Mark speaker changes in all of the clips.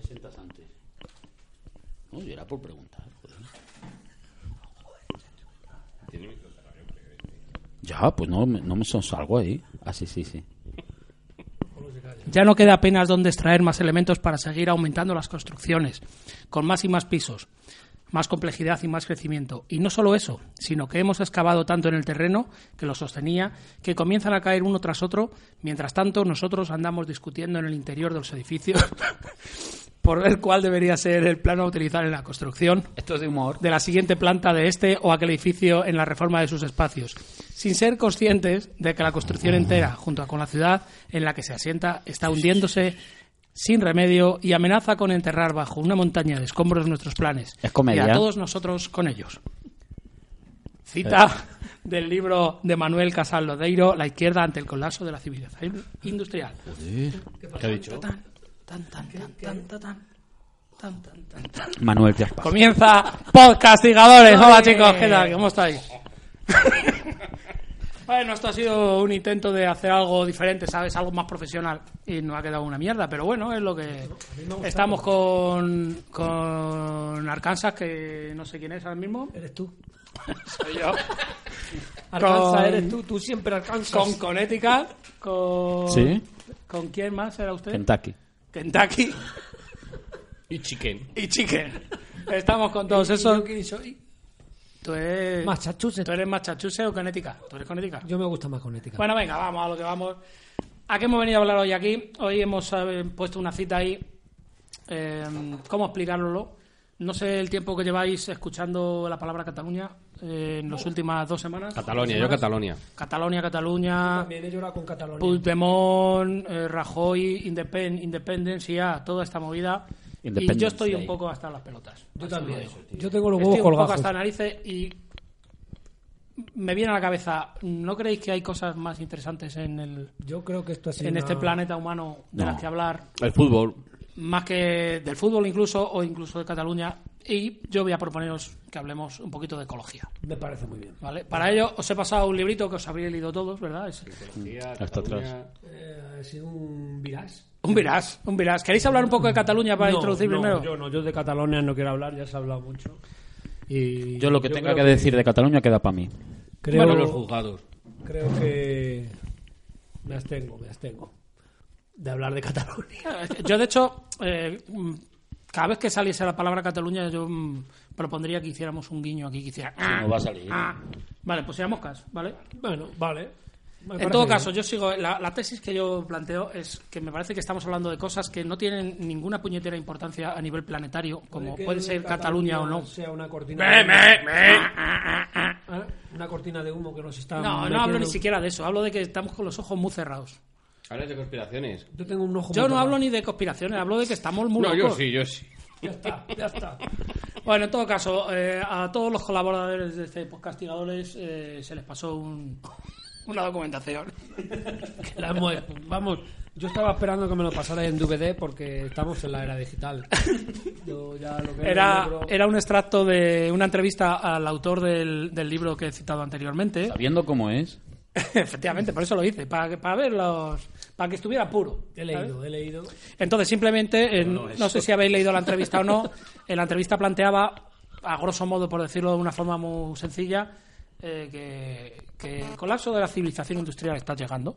Speaker 1: preguntas antes. No, yo era por preguntar. joder. ¿eh? Ya, pues no, me- no me sonsalgo ahí. Ah, sí, sí, sí.
Speaker 2: Ya no queda apenas donde extraer más elementos para seguir aumentando las construcciones, con más y más pisos, más complejidad y más crecimiento. Y no solo eso, sino que hemos excavado tanto en el terreno que lo sostenía, que comienzan a caer uno tras otro, mientras tanto nosotros andamos discutiendo en el interior de los edificios por ver cuál debería ser el plano a utilizar en la construcción
Speaker 1: Esto es de humor.
Speaker 2: de la siguiente planta de este o aquel edificio en la reforma de sus espacios, sin ser conscientes de que la construcción entera, junto con la ciudad en la que se asienta, está hundiéndose sin remedio y amenaza con enterrar bajo una montaña de escombros nuestros planes.
Speaker 1: Es comedia.
Speaker 2: Y a todos nosotros con ellos. Cita
Speaker 1: Eh.
Speaker 2: del libro de Manuel Casal Lodeiro, La izquierda ante el colapso de la civilización industrial.
Speaker 1: ¿Qué ha dicho?
Speaker 2: Tan, tan, tan, tan, tan, tan, tan, tan, tan, tan.
Speaker 1: Manuel Piaspa.
Speaker 2: Comienza Podcastigadores. Hola chicos, ¿qué tal? ¿Cómo estáis? bueno, esto ha sido un intento de hacer algo diferente, ¿sabes? Algo más profesional. Y nos ha quedado una mierda, pero bueno, es lo que... Estamos con, con Arkansas, que no sé quién es ahora mismo.
Speaker 3: Eres tú.
Speaker 2: Soy yo.
Speaker 3: Alcanza,
Speaker 2: Con-
Speaker 3: eres tú. Tú siempre alcanzas.
Speaker 2: Con Connecticut. Con,
Speaker 1: Sí.
Speaker 2: ¿Con quién más era usted?
Speaker 1: Kentucky.
Speaker 2: Kentucky
Speaker 4: Y chicken.
Speaker 2: y Chicken. Estamos con todos
Speaker 3: ¿Y yo
Speaker 2: esos.
Speaker 3: quién soy?
Speaker 2: Tú eres...
Speaker 3: Massachusetts.
Speaker 2: ¿Tú eres Massachusetts o Connecticut? ¿Tú eres Connecticut?
Speaker 3: Yo me gusta más Connecticut.
Speaker 2: Bueno, venga, vamos a lo que vamos. ¿A qué hemos venido a hablar hoy aquí? Hoy hemos eh, puesto una cita ahí. Eh, ¿Cómo explicároslo? No sé el tiempo que lleváis escuchando la palabra Cataluña eh, en las últimas dos semanas.
Speaker 4: Catalonia,
Speaker 2: ¿Tres
Speaker 4: yo
Speaker 2: semanas?
Speaker 4: Catalonia.
Speaker 2: Cataluña, Cataluña,
Speaker 3: También he llorado con Cataluña.
Speaker 2: Pues, Puigdemont, eh, Rajoy, Independ, Independencia, toda esta movida. Y
Speaker 1: Independence
Speaker 2: yo estoy un
Speaker 1: Day.
Speaker 2: poco hasta las pelotas.
Speaker 3: Yo
Speaker 2: Así
Speaker 3: también.
Speaker 2: lo digo.
Speaker 3: Yo tengo los
Speaker 2: Estoy
Speaker 3: huevos
Speaker 2: un poco
Speaker 3: colgados.
Speaker 2: hasta las narices y me viene a la cabeza, ¿no creéis que hay cosas más interesantes en, el,
Speaker 3: Yo creo que esto ha sido.
Speaker 2: en
Speaker 3: una-
Speaker 2: este planeta humano de
Speaker 1: No.
Speaker 2: las que hablar?
Speaker 4: El fútbol.
Speaker 2: Más que del fútbol incluso o incluso de Cataluña. Y yo voy a proponeros que hablemos un poquito de ecología.
Speaker 3: Me parece muy bien.
Speaker 2: ¿vale? Para ello os he pasado un librito que os habréis leído todos, ¿verdad? Es
Speaker 1: Hasta atrás.
Speaker 3: Eh, ha sido un virás.
Speaker 2: un virás, un virás. ¿Queréis hablar un poco de Cataluña para
Speaker 3: No,
Speaker 2: introducir
Speaker 3: no,
Speaker 2: primero?
Speaker 3: Yo no, yo de Catalonia no quiero hablar, ya se ha hablado mucho. Y
Speaker 1: Yo lo que tenga que
Speaker 3: creo
Speaker 1: decir de Cataluña queda para mí.
Speaker 3: Creo,
Speaker 4: Bueno, los juzgados.
Speaker 3: creo que. Me abstengo, me abstengo. De hablar de Cataluña.
Speaker 2: Yo, de hecho, eh, mm, cada vez que saliese la palabra Cataluña, yo mm, propondría que hiciéramos un guiño aquí, que hiciera...
Speaker 1: no va a salir.
Speaker 2: ah. Vale, pues seamos cas, ¿vale?
Speaker 3: Bueno, vale. Me
Speaker 2: En
Speaker 3: parece
Speaker 2: todo
Speaker 3: bien.
Speaker 2: caso, yo sigo... La, la tesis que yo planteo es que me parece que estamos hablando de cosas que no tienen ninguna puñetera importancia a nivel planetario, como
Speaker 3: que
Speaker 2: puede ser Cataluña o no.
Speaker 3: Sea una cortina. de humo.
Speaker 4: Ah,
Speaker 3: ¿Eh? Una cortina de humo que nos está.
Speaker 2: No, no
Speaker 3: metiendo.
Speaker 2: hablo ni siquiera de eso. Hablo de que estamos con los ojos muy cerrados.
Speaker 4: Hablas de conspiraciones.
Speaker 3: Yo tengo un ojo.
Speaker 2: Yo
Speaker 3: muy
Speaker 2: no hablo
Speaker 3: tapado.
Speaker 2: ni de conspiraciones, hablo de que estamos muy
Speaker 4: No, yo
Speaker 2: locos.
Speaker 4: sí, yo sí.
Speaker 3: Ya está, ya está.
Speaker 2: Bueno, en todo caso, eh, a todos los colaboradores de este Podcastigadores eh, se les pasó un- una documentación.
Speaker 3: Que la hemos- Vamos, yo estaba esperando que me lo pasara en DVD porque estamos en la era digital. Yo ya lo que era
Speaker 2: Era,
Speaker 3: el libro-
Speaker 2: era un extracto de una entrevista al autor del, del libro que he citado anteriormente.
Speaker 1: Sabiendo cómo es.
Speaker 2: Efectivamente, por eso lo hice, para, que- para ver los- para que estuviera puro.
Speaker 3: He
Speaker 2: ¿sabes?
Speaker 3: leído, he leído.
Speaker 2: Entonces, simplemente, en- no, sé si habéis leído la entrevista o no, en la entrevista planteaba, a grosso modo, por decirlo de una forma muy sencilla, eh, que, que el colapso de la civilización industrial está llegando,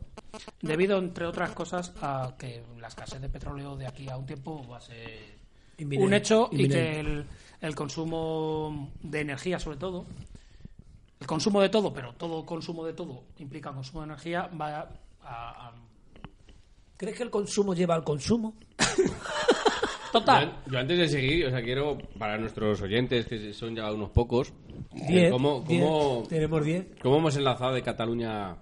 Speaker 2: debido, entre otras cosas, a que la escasez de petróleo de aquí a un tiempo va a ser
Speaker 3: Inminente,
Speaker 2: un hecho y
Speaker 3: inminente.
Speaker 2: que el, el consumo de energía, sobre todo, el consumo de todo, pero todo consumo de todo implica consumo de energía, va a- a- a
Speaker 3: ¿Crees que el consumo lleva al consumo?
Speaker 2: Total.
Speaker 4: Yo, yo antes de seguir, o sea, quiero para nuestros oyentes, que son ya unos pocos, eh,
Speaker 3: Diez,
Speaker 4: ¿cómo,
Speaker 3: diez.
Speaker 4: cómo,
Speaker 3: Tenemos 10.
Speaker 4: cómo hemos enlazado de Cataluña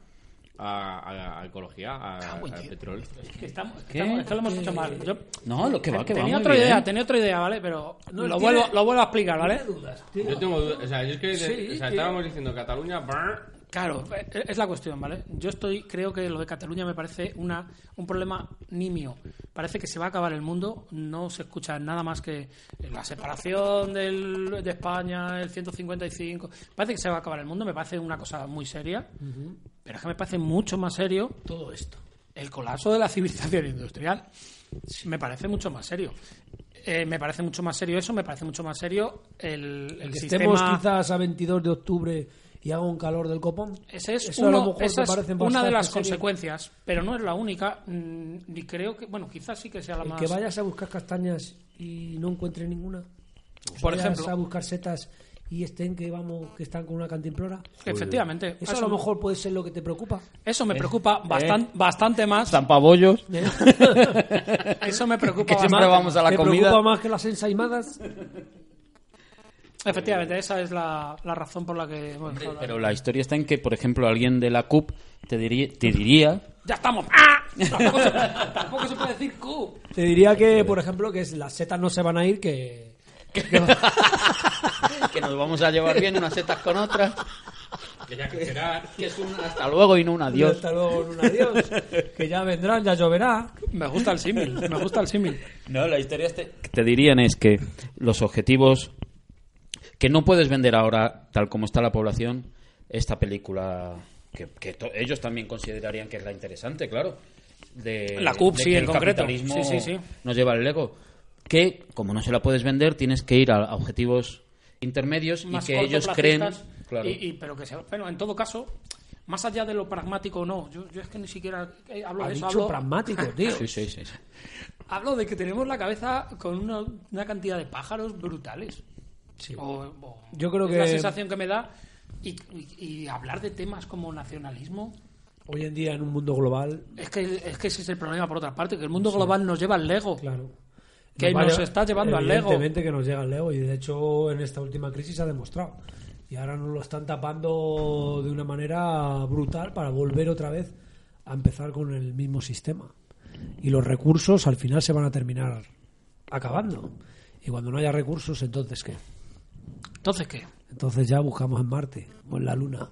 Speaker 4: a, a- a ecología, a,
Speaker 2: Cago en
Speaker 4: al
Speaker 2: diez.
Speaker 4: petróleo?
Speaker 2: Es que, estamos,
Speaker 1: ¿Qué?
Speaker 2: estamos- es que lo hemos hecho mal. Yo-
Speaker 1: No, lo que va, que va.
Speaker 2: tenía
Speaker 1: muy
Speaker 2: otra
Speaker 1: bien.
Speaker 2: idea, tenía otra idea, ¿vale? Pero
Speaker 3: No,
Speaker 2: lo,
Speaker 3: tiene-
Speaker 2: vuelvo, lo vuelvo a explicar, ¿vale?
Speaker 4: Yo tengo dudas, o sea, yo es que,
Speaker 3: Sí,
Speaker 4: o sea,
Speaker 3: que-
Speaker 4: estábamos diciendo Cataluña, brr,
Speaker 2: Claro, eh, es la cuestión, ¿vale? Yo estoy, creo que lo de Cataluña me parece una, un problema nimio. Parece que se va a acabar el mundo, no se escucha nada más que la separación del, de España, el 155. Parece que se va a acabar el mundo, me parece una cosa muy seria, pero es que me parece mucho más serio
Speaker 3: Todo esto.
Speaker 2: el colapso de la civilización industrial. Me parece mucho más serio. Eh, me parece mucho más serio eso, me parece mucho más serio el, el
Speaker 5: que estemos
Speaker 2: sistema...
Speaker 5: quizás a 22 de octubre y haga un calor del copón.
Speaker 2: Ese es
Speaker 5: Eso a
Speaker 2: uno-
Speaker 5: lo mejor
Speaker 2: esa
Speaker 5: te
Speaker 2: es
Speaker 5: parece
Speaker 2: una de
Speaker 5: bastante
Speaker 2: las
Speaker 5: serio.
Speaker 2: consecuencias, pero no es la única. mm, Y creo que, bueno, quizás sí que sea la
Speaker 5: El
Speaker 2: más.
Speaker 5: que vayas a buscar castañas y no encuentre ninguna.
Speaker 2: Por
Speaker 5: Vayas
Speaker 2: ejemplo.
Speaker 5: a buscar setas y estén que vamos que están con una cantimplora.
Speaker 2: Efectivamente.
Speaker 5: Eso a lo mejor Eh, puede ser lo que te preocupa.
Speaker 2: Eso me preocupa bastan- bastante más.
Speaker 1: Zampabollos.
Speaker 2: Eso me
Speaker 1: Que
Speaker 2: preocupa
Speaker 1: siempre
Speaker 2: bastante
Speaker 1: vamos a la
Speaker 5: ¿eh? ¿Te
Speaker 1: comida.
Speaker 5: preocupa más que las ensaimadas?
Speaker 2: Efectivamente, esa es la, la razón por la que. bueno, ahora-
Speaker 1: Pero la historia está en que, por ejemplo, alguien de la CUP te, diría- te diría
Speaker 2: ¡Ya estamos! ¡Ah! Tampoco se, tampoco se puede decir Q.
Speaker 5: Te diría que, por ejemplo, que las setas no se van a ir, que...
Speaker 1: que nos vamos a llevar bien unas setas con otras,
Speaker 4: Que ya crecerá.
Speaker 1: que es un hasta luego y no un adiós.
Speaker 5: Hasta luego, un adiós. Que ya vendrán, ya lloverá.
Speaker 2: Me gusta el símil, me gusta el símil.
Speaker 1: No, la historia este- que te dirían es que los objetivos que no puedes vender ahora, tal como está la población, esta película que, que to- ellos también considerarían que es la interesante, claro. De,
Speaker 2: La CUP,
Speaker 1: de
Speaker 2: sí,
Speaker 1: que
Speaker 2: en
Speaker 1: el
Speaker 2: concreto.
Speaker 1: capitalismo
Speaker 2: Sí, sí, sí.
Speaker 1: nos lleva al ego. Que, como no se la puedes vender, tienes que ir a, a objetivos intermedios y
Speaker 2: Más
Speaker 1: que ellos creen...
Speaker 2: cortoplacistas
Speaker 1: Claro.
Speaker 2: y- y- pero que sea, bueno, en todo caso, más allá de lo pragmático o no, yo, yo es que ni siquiera eh, hablo
Speaker 5: Ha
Speaker 2: de eso.
Speaker 5: dicho
Speaker 2: Hablo,
Speaker 5: pragmático, tío.
Speaker 1: Sí, sí, sí, sí.
Speaker 2: hablo de que tenemos la cabeza con una, una cantidad de pájaros brutales. O- o-
Speaker 5: Yo creo
Speaker 2: es
Speaker 5: que-
Speaker 2: la sensación que me da. Y, y- y hablar de temas como nacionalismo.
Speaker 5: Hoy en día, en un mundo global,
Speaker 2: Es que, es que ese es el problema, por otra parte, que el mundo global nos lleva al Lego.
Speaker 5: Claro.
Speaker 2: Que nos está llevando al Lego.
Speaker 5: Evidentemente que nos llega al Lego y de hecho en esta última crisis se ha demostrado. Y ahora nos lo están tapando de una manera brutal para volver otra vez a empezar con el mismo sistema. Y los recursos al final se van a terminar acabando. Y cuando no haya recursos, entonces ¿qué?
Speaker 2: Entonces, ¿qué?
Speaker 5: Entonces ya buscamos en Marte o en la Luna.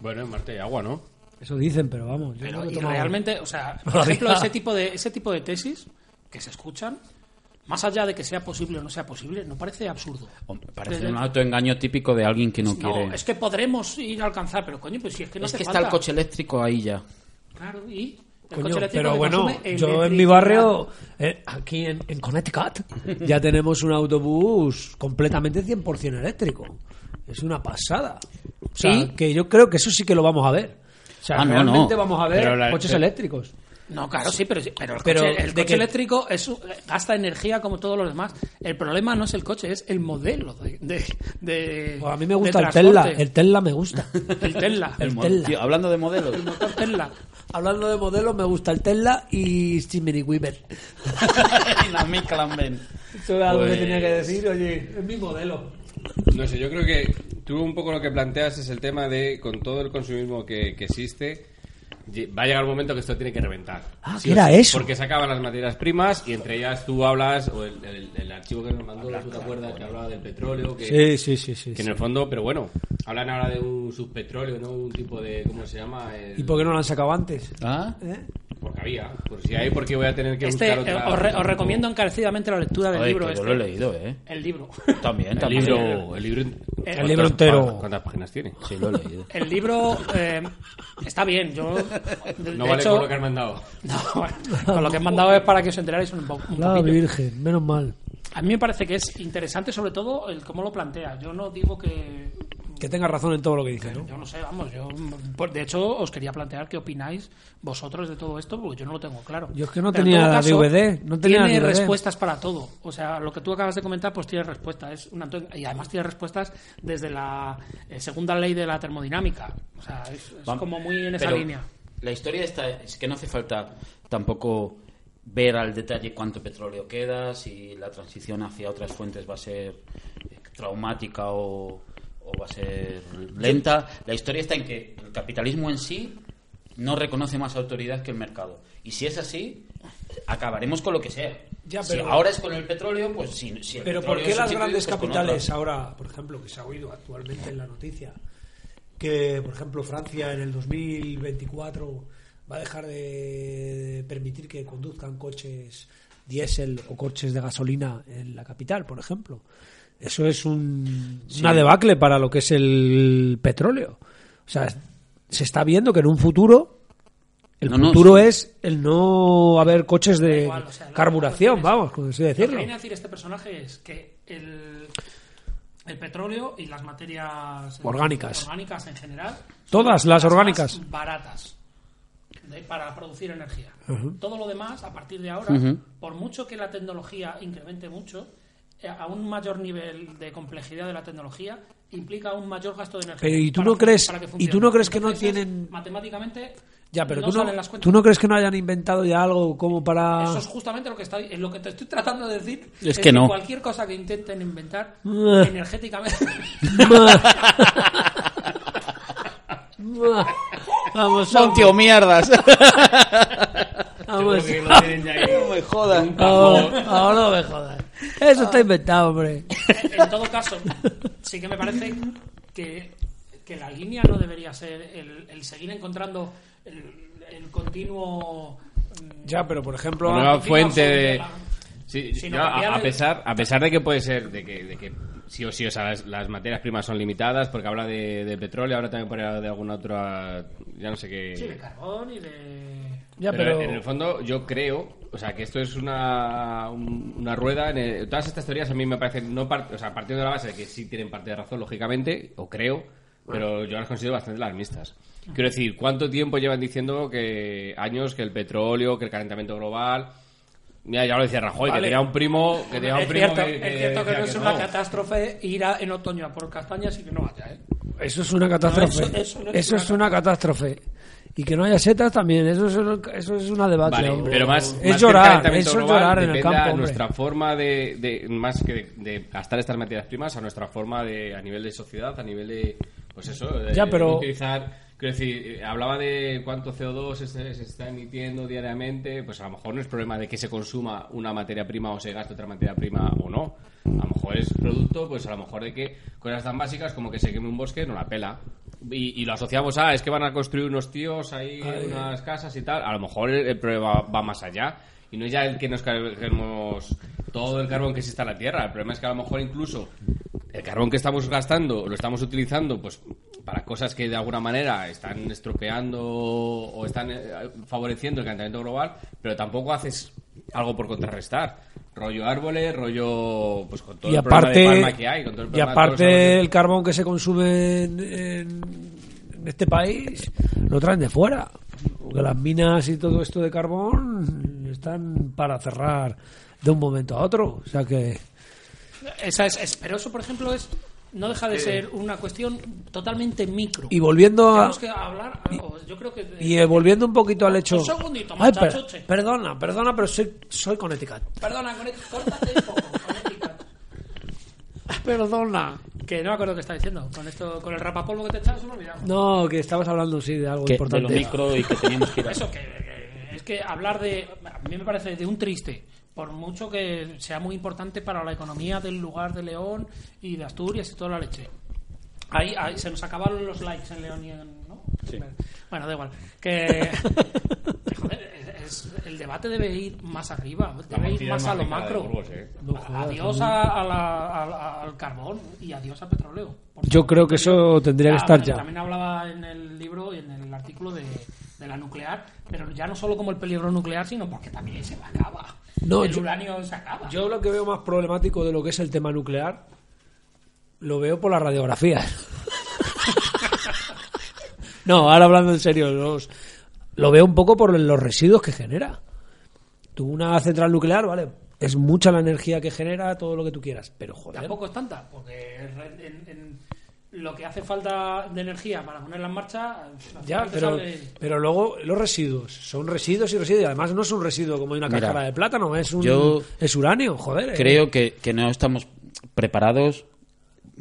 Speaker 4: Bueno, en Marte hay agua, ¿no?
Speaker 5: Eso dicen, pero vamos. Yo
Speaker 2: Pero,
Speaker 5: creo que
Speaker 2: y
Speaker 5: toma-
Speaker 2: realmente, o sea, por
Speaker 5: Todavía.
Speaker 2: ejemplo, ese tipo, de, ese tipo de tesis que se escuchan, más allá de que sea posible o no sea posible, no parece absurdo.
Speaker 1: Hombre, Parece un autoengaño típico de alguien que no,
Speaker 2: No,
Speaker 1: quiere...
Speaker 2: es que podremos ir a alcanzar, pero coño, pues si es que no
Speaker 1: es
Speaker 2: hace
Speaker 1: que está
Speaker 2: falta.
Speaker 1: el coche eléctrico ahí ya.
Speaker 2: Claro, y el
Speaker 5: Coño,
Speaker 2: coche eléctrico
Speaker 5: pero
Speaker 2: que
Speaker 5: bueno,
Speaker 2: consume
Speaker 5: yo en mi
Speaker 2: electricidad.
Speaker 5: barrio, eh, aquí en, en Connecticut, ya tenemos un autobús completamente 100% eléctrico. Es una pasada. O sea,
Speaker 1: ¿Y?
Speaker 5: que yo creo que eso sí que lo vamos a ver. O sea,
Speaker 1: Ah, no,
Speaker 5: realmente
Speaker 1: no.
Speaker 5: vamos a ver
Speaker 4: Pero la-
Speaker 5: coches
Speaker 4: pero-
Speaker 5: eléctricos.
Speaker 2: No, claro, sí, pero, pero el
Speaker 5: Pero
Speaker 2: coche, el
Speaker 5: de
Speaker 2: coche
Speaker 5: que-
Speaker 2: eléctrico es, un- gasta energía como todos los demás. El problema no es el coche, es el modelo de. de, de-
Speaker 5: Pues a mí me
Speaker 2: de
Speaker 5: gusta el Tesla,
Speaker 2: transporte.
Speaker 5: el Tesla me gusta.
Speaker 2: El Tesla.
Speaker 1: El mo-
Speaker 5: Tesla.
Speaker 1: tío, hablando de modelos.
Speaker 2: motor Tesla.
Speaker 5: Hablando de modelos, me gusta el Tesla y Simini Weaver.
Speaker 1: Y la Mick Lambert.
Speaker 5: Eso era algo
Speaker 1: Pues-
Speaker 5: que tenía que decir, oye, es mi modelo.
Speaker 4: No sé, yo creo que tú un poco lo que planteas es el tema de con todo el consumismo que, que existe, lle- va a llegar un momento que esto tiene que reventar.
Speaker 5: Ah,
Speaker 4: Sí
Speaker 5: ¿qué
Speaker 4: o
Speaker 5: era
Speaker 4: sí,
Speaker 5: eso?
Speaker 4: Porque se acaban las materias primas y entre ellas tú hablas, o el, el- el archivo que nos mandó, ¿tú te acuerdas? Que hablaba del petróleo, que,
Speaker 5: Sí, sí, sí, sí.
Speaker 4: que en el fondo, pero bueno, hablan ahora de un subpetróleo, ¿no? Un tipo de, ¿cómo se llama? El-
Speaker 5: ¿Y por qué no lo han sacado antes?
Speaker 1: ¿Ah?
Speaker 5: ¿Eh?
Speaker 4: Porque había, por si hay, porque voy a tener que
Speaker 2: Este,
Speaker 4: buscar
Speaker 2: eh,
Speaker 4: otra.
Speaker 2: os, re- os recomiendo encarecidamente la lectura del
Speaker 1: Joder,
Speaker 2: libro.
Speaker 1: que yo
Speaker 2: Este.
Speaker 1: lo he leído, ¿eh?
Speaker 2: El libro.
Speaker 1: También,
Speaker 4: El
Speaker 1: también.
Speaker 4: libro, el libro, ¿cuántas
Speaker 2: libro
Speaker 5: entero.
Speaker 4: pa- ¿Cuántas páginas tiene?
Speaker 1: Sí, lo he leído.
Speaker 2: El libro eh, está bien. Yo, de,
Speaker 4: No
Speaker 2: de
Speaker 4: vale
Speaker 2: hecho,
Speaker 4: por lo que han mandado.
Speaker 2: no, con lo que han mandado es para que os enteráis un, po- un
Speaker 5: La
Speaker 2: poquillo.
Speaker 5: Virgen, menos mal.
Speaker 2: A mí me parece que es interesante, sobre todo, el cómo lo plantea. Yo no digo que.
Speaker 5: Que tenga razón en todo lo que dice, ¿no?
Speaker 2: Yo no sé, vamos. yo por- De hecho, os quería plantear qué opináis vosotros de todo esto, porque yo no lo tengo claro.
Speaker 5: Yo es que no
Speaker 2: en
Speaker 5: tenía
Speaker 2: todo
Speaker 5: DVD, no tenía
Speaker 2: tiene
Speaker 5: DVD.
Speaker 2: respuestas para todo. O sea, lo que tú acabas de comentar, pues tiene respuesta. Es una, to- y además tiene respuestas desde la eh, segunda ley de la termodinámica. O sea, es, es
Speaker 1: Vam-
Speaker 2: como muy en esa
Speaker 1: pero
Speaker 2: línea.
Speaker 1: La historia esta es que no hace falta tampoco ver al detalle cuánto petróleo queda, si la transición hacia otras fuentes va a ser eh, traumática o, o va a ser lenta. La historia está en que el capitalismo en sí no reconoce más autoridad que el mercado. Y si es así, acabaremos con lo que sea.
Speaker 5: Ya,
Speaker 1: Si
Speaker 5: pero-
Speaker 1: ahora es con el petróleo, pues si, si el
Speaker 5: Pero ¿por
Speaker 1: petróleo
Speaker 5: qué
Speaker 1: es
Speaker 5: las
Speaker 1: sustituido,
Speaker 5: grandes
Speaker 1: pues con
Speaker 5: capitales
Speaker 1: otras?
Speaker 5: ahora, por ejemplo, que se ha oído actualmente en la noticia, que por ejemplo Francia en el 2024 va a dejar de permitir que conduzcan coches diésel o coches de gasolina en la capital, por ejemplo? Eso es un- una debacle para lo que es el petróleo. O sea, se está viendo que en un futuro El
Speaker 1: No, no,
Speaker 5: futuro
Speaker 1: sí.
Speaker 5: es el no haber coches
Speaker 2: Da
Speaker 5: de
Speaker 2: igual, o sea, no-
Speaker 5: carburación,
Speaker 2: no-
Speaker 5: vamos, como así
Speaker 2: Lo que
Speaker 5: decirlo.
Speaker 2: viene a decir este personaje es que el, el petróleo y las materias
Speaker 5: Orgánicas.
Speaker 2: orgánicas en general son
Speaker 5: Todas las orgánicas.
Speaker 2: más baratas de- para producir energía. Todo lo demás, a partir de ahora,
Speaker 1: Ujú.
Speaker 2: por mucho que la tecnología incremente mucho, eh, a un mayor nivel de complejidad de la tecnología implica un mayor gasto de energía.
Speaker 5: Pero, ¿y tú
Speaker 2: para
Speaker 5: no
Speaker 2: que-
Speaker 5: crees-
Speaker 2: para que
Speaker 5: y tú
Speaker 2: funcione.
Speaker 5: no crees que no
Speaker 2: Entonces,
Speaker 5: tienen-
Speaker 2: matemáticamente
Speaker 5: Ya, pero
Speaker 2: no
Speaker 5: tú,
Speaker 2: salen
Speaker 5: no,
Speaker 2: las cuentas.
Speaker 5: tú no crees que no hayan inventado ya algo como para...
Speaker 2: Eso es justamente lo que, está, es lo que te estoy tratando de decir.
Speaker 1: Ah. Es que no. Ah.
Speaker 2: Cualquier cosa que intenten inventar
Speaker 5: Buah.
Speaker 2: energéticamente.
Speaker 5: vamos,
Speaker 1: Son tío mierdas.
Speaker 5: vamos.
Speaker 4: Seguro que lo tienen ya ahí.
Speaker 1: no me jodan.
Speaker 5: Ahora, ahora no me jodas. Eso está inventado, hombre.
Speaker 2: en todo caso, sí que me parece que, que la línea no debería ser el, el seguir encontrando el, el continuo. mm,
Speaker 5: Ya, pero por ejemplo...
Speaker 4: La nueva
Speaker 2: Continúa
Speaker 4: fuente de...
Speaker 2: absoluta.
Speaker 4: Sí,
Speaker 2: Si no
Speaker 4: yo, a,
Speaker 2: cambiara-
Speaker 4: a pesar, a pesar de que puede ser de que, de que sí o sí, o sea, las, las materias primas son limitadas, porque habla de, de petróleo, ahora también pone de alguna otra, ya no sé qué...
Speaker 2: Sí, de carbón y de.
Speaker 5: Ya,
Speaker 4: pero,
Speaker 5: pero...
Speaker 4: en el fondo yo creo, o sea, que esto es una, un- una rueda. en el- todas estas teorías a mí me parecen, no par- o sea, partiendo de la base de que sí tienen parte de razón, lógicamente, o creo, pero yo las considero bastante alarmistas. Quiero decir, ¿cuánto tiempo llevan diciendo que años que el petróleo, que el calentamiento global... Mira, ya lo decía Rajoy,
Speaker 5: Vale.
Speaker 4: que tenía un primo, que tenía un
Speaker 2: Es
Speaker 4: primo
Speaker 2: cierto,
Speaker 4: que,
Speaker 2: es cierto que
Speaker 4: decía
Speaker 2: no es una
Speaker 4: no.
Speaker 2: catástrofe ir a- en otoño a por castañas y que no vaya, ¿eh?
Speaker 5: Eso es una catástrofe.
Speaker 2: No, eso- eso no
Speaker 5: eso,
Speaker 2: es una
Speaker 5: es una catástrofe. Y que no haya setas también, eso es, eso es una debate.
Speaker 4: Vale,
Speaker 5: hombre.
Speaker 4: pero más, más que
Speaker 5: es
Speaker 4: el
Speaker 5: llorar,
Speaker 4: calentamiento
Speaker 5: eso es
Speaker 4: global,
Speaker 5: llorar en el
Speaker 4: depende a
Speaker 5: campo. hombre.
Speaker 4: nuestra forma de, de- más que de, de gastar estas materias primas, a nuestra forma de, a nivel de sociedad, a nivel de, pues eso, de,
Speaker 5: Ya,
Speaker 4: de
Speaker 5: pero-
Speaker 4: utilizar, quiero decir, eh, hablaba de cuánto CO2 se, se está emitiendo diariamente, pues a lo mejor no es problema de que se consuma una materia prima o se gaste otra materia prima o no. A lo mejor es producto, pues a lo mejor de que cosas tan básicas como que se queme un bosque no la pela. Y, y lo asociamos a, es que van a construir unos tíos ahí, unas casas y tal. A lo mejor el, el problema va más allá. Y no es ya el que nos carguemos todo el carbón que existe en la Tierra. El problema es que a lo mejor incluso el carbón que estamos gastando lo estamos utilizando pues para cosas que de alguna manera están estropeando o están eh, favoreciendo el calentamiento global, pero tampoco haces algo por contrarrestar. Rollo árboles, rollo pues con todo
Speaker 5: y
Speaker 4: el problema de
Speaker 5: aparte,
Speaker 4: palma que hay, con todo el
Speaker 5: y
Speaker 4: problema de todos los
Speaker 5: aparte
Speaker 4: árboles.
Speaker 5: el carbón que se consume en, en- en este país lo traen de fuera. Porque las minas y todo esto de carbón están para cerrar de un momento a otro. O sea que.
Speaker 2: Esa es, es- pero eso, por ejemplo, es no deja de ser una cuestión totalmente micro.
Speaker 5: Y volviendo a.
Speaker 2: Tenemos que hablar. o yo creo que.
Speaker 5: Y eh, volviendo un poquito al hecho.
Speaker 2: Un segundito,
Speaker 5: Ay, per-
Speaker 2: muchachoche.
Speaker 5: perdona, perdona, pero soy, soy Connecticut.
Speaker 2: Perdona, con- córtate un poco. Connecticut.
Speaker 5: Perdona.
Speaker 2: que no me acuerdo qué está diciendo. Con esto, con el rapapolvo que te echas, uno olvidado.
Speaker 5: No, que estabas hablando, sí, de algo
Speaker 1: Que, de
Speaker 5: importante.
Speaker 1: lo micro y que teníamos que ir a...
Speaker 2: Eso que, que- es que hablar de a mí me parece de un triste, por mucho que sea muy importante para la economía del lugar de León y de Asturias y toda la leche. Ahí, ahí se nos acabaron los likes en León y en, ¿no? Bueno, da igual. Que joder, es- es- el debate debe ir más arriba, debe ir
Speaker 4: Morcilla
Speaker 2: más
Speaker 4: es
Speaker 2: a lo
Speaker 4: rica de
Speaker 2: macro.
Speaker 4: Burgos, ¿eh?
Speaker 5: No jodas,
Speaker 2: adiós a- a la- a la- al carbón y adiós al petróleo. por
Speaker 5: Yo creo que eso tendría que
Speaker 2: Ah,
Speaker 5: estar
Speaker 2: bueno,
Speaker 5: ya.
Speaker 2: También hablaba en el libro y en el artículo de, de la nuclear, pero ya no solo como el peligro nuclear, sino porque también se acaba.
Speaker 5: No,
Speaker 2: el
Speaker 5: yo-
Speaker 2: uranio se acaba.
Speaker 5: Yo lo que veo más problemático de lo que es el tema nuclear lo veo por las radiografías. no, ahora hablando en serio, los- lo veo un poco por los residuos que genera. Tú una central nuclear, vale, es mucha la energía que genera, todo lo que tú quieras, pero joder.
Speaker 2: Tampoco es tanta, porque en, en lo que hace falta de energía para ponerla en marcha. al
Speaker 5: Ya,
Speaker 2: final te
Speaker 5: pero,
Speaker 2: sale-
Speaker 5: pero luego los residuos. Son residuos y residuos. Y además no es un residuo como de una
Speaker 1: Mira,
Speaker 5: cáscara de plátano, es un
Speaker 1: yo
Speaker 5: es uranio, joder. eh.
Speaker 1: Creo que, que no estamos preparados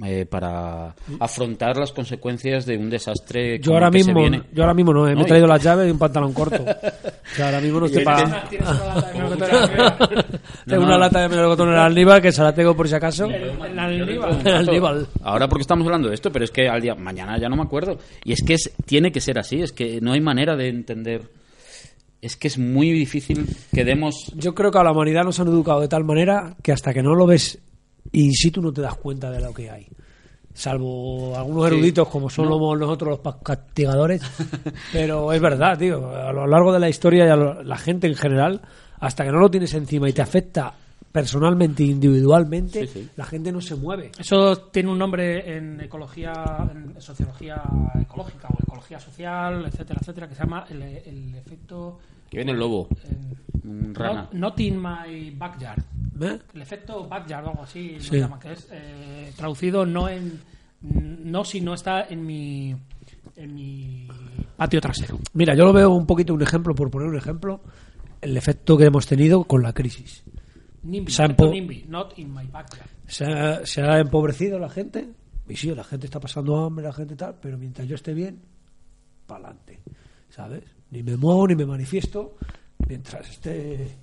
Speaker 1: eh, para afrontar las consecuencias de un desastre
Speaker 5: Yo
Speaker 1: como
Speaker 5: ahora,
Speaker 1: el que se
Speaker 5: mismo,
Speaker 1: viene.
Speaker 5: yo ahora mismo no, eh, me
Speaker 1: No,
Speaker 5: he
Speaker 1: y-
Speaker 5: traído las llaves y un pantalón corto. O sea, ahora mismo no estoy
Speaker 2: Tienes
Speaker 5: para...
Speaker 2: una- tienes una lata de melocotón
Speaker 5: Tengo
Speaker 1: No,
Speaker 5: una
Speaker 1: no.
Speaker 5: lata de melocotón en el alníbal que se la tengo por si acaso.
Speaker 2: en- en la
Speaker 5: En
Speaker 2: deriva.
Speaker 5: el alníbal.
Speaker 1: Ahora porque estamos hablando de esto, pero es que al día mañana ya no me acuerdo. Y es que es- tiene que ser así, es que no hay manera de entender. Es que es muy difícil que demos
Speaker 5: Yo creo que a la humanidad nos han educado de tal manera que hasta que no lo ves in situ no te das cuenta de lo que hay. salvo algunos eruditos como somos nosotros los pa- castigadores. Pero es verdad, tío, a lo largo de la historia y a lo- la gente en general, hasta que no lo tienes encima y te afecta personalmente e individualmente,
Speaker 1: Sí, sí.
Speaker 5: la gente no se mueve.
Speaker 2: Eso tiene un nombre en ecología, en sociología ecológica o ecología social, etcétera, etcétera, que se llama el, el efecto.
Speaker 4: Que viene el lobo.
Speaker 2: em,
Speaker 1: Un mm, rana.
Speaker 2: not, not in my backyard.
Speaker 5: ¿Eh?
Speaker 2: El efecto backyard o algo así lo
Speaker 5: Sí.
Speaker 2: llaman, que es eh, traducido no en. No si no está en mi. En mi patio trasero.
Speaker 5: Mira, yo lo veo un poquito un ejemplo, por poner un ejemplo, el efecto que hemos tenido con la crisis.
Speaker 2: NIMBY,
Speaker 5: Sampo-
Speaker 2: efecto NIMBY, not in my backyard.
Speaker 5: se ha, se ha empobrecido la gente. Y sí, la gente está pasando hambre, la gente tal, pero mientras yo esté bien, pa'lante. ¿Sabes? Ni me muevo ni me manifiesto mientras esté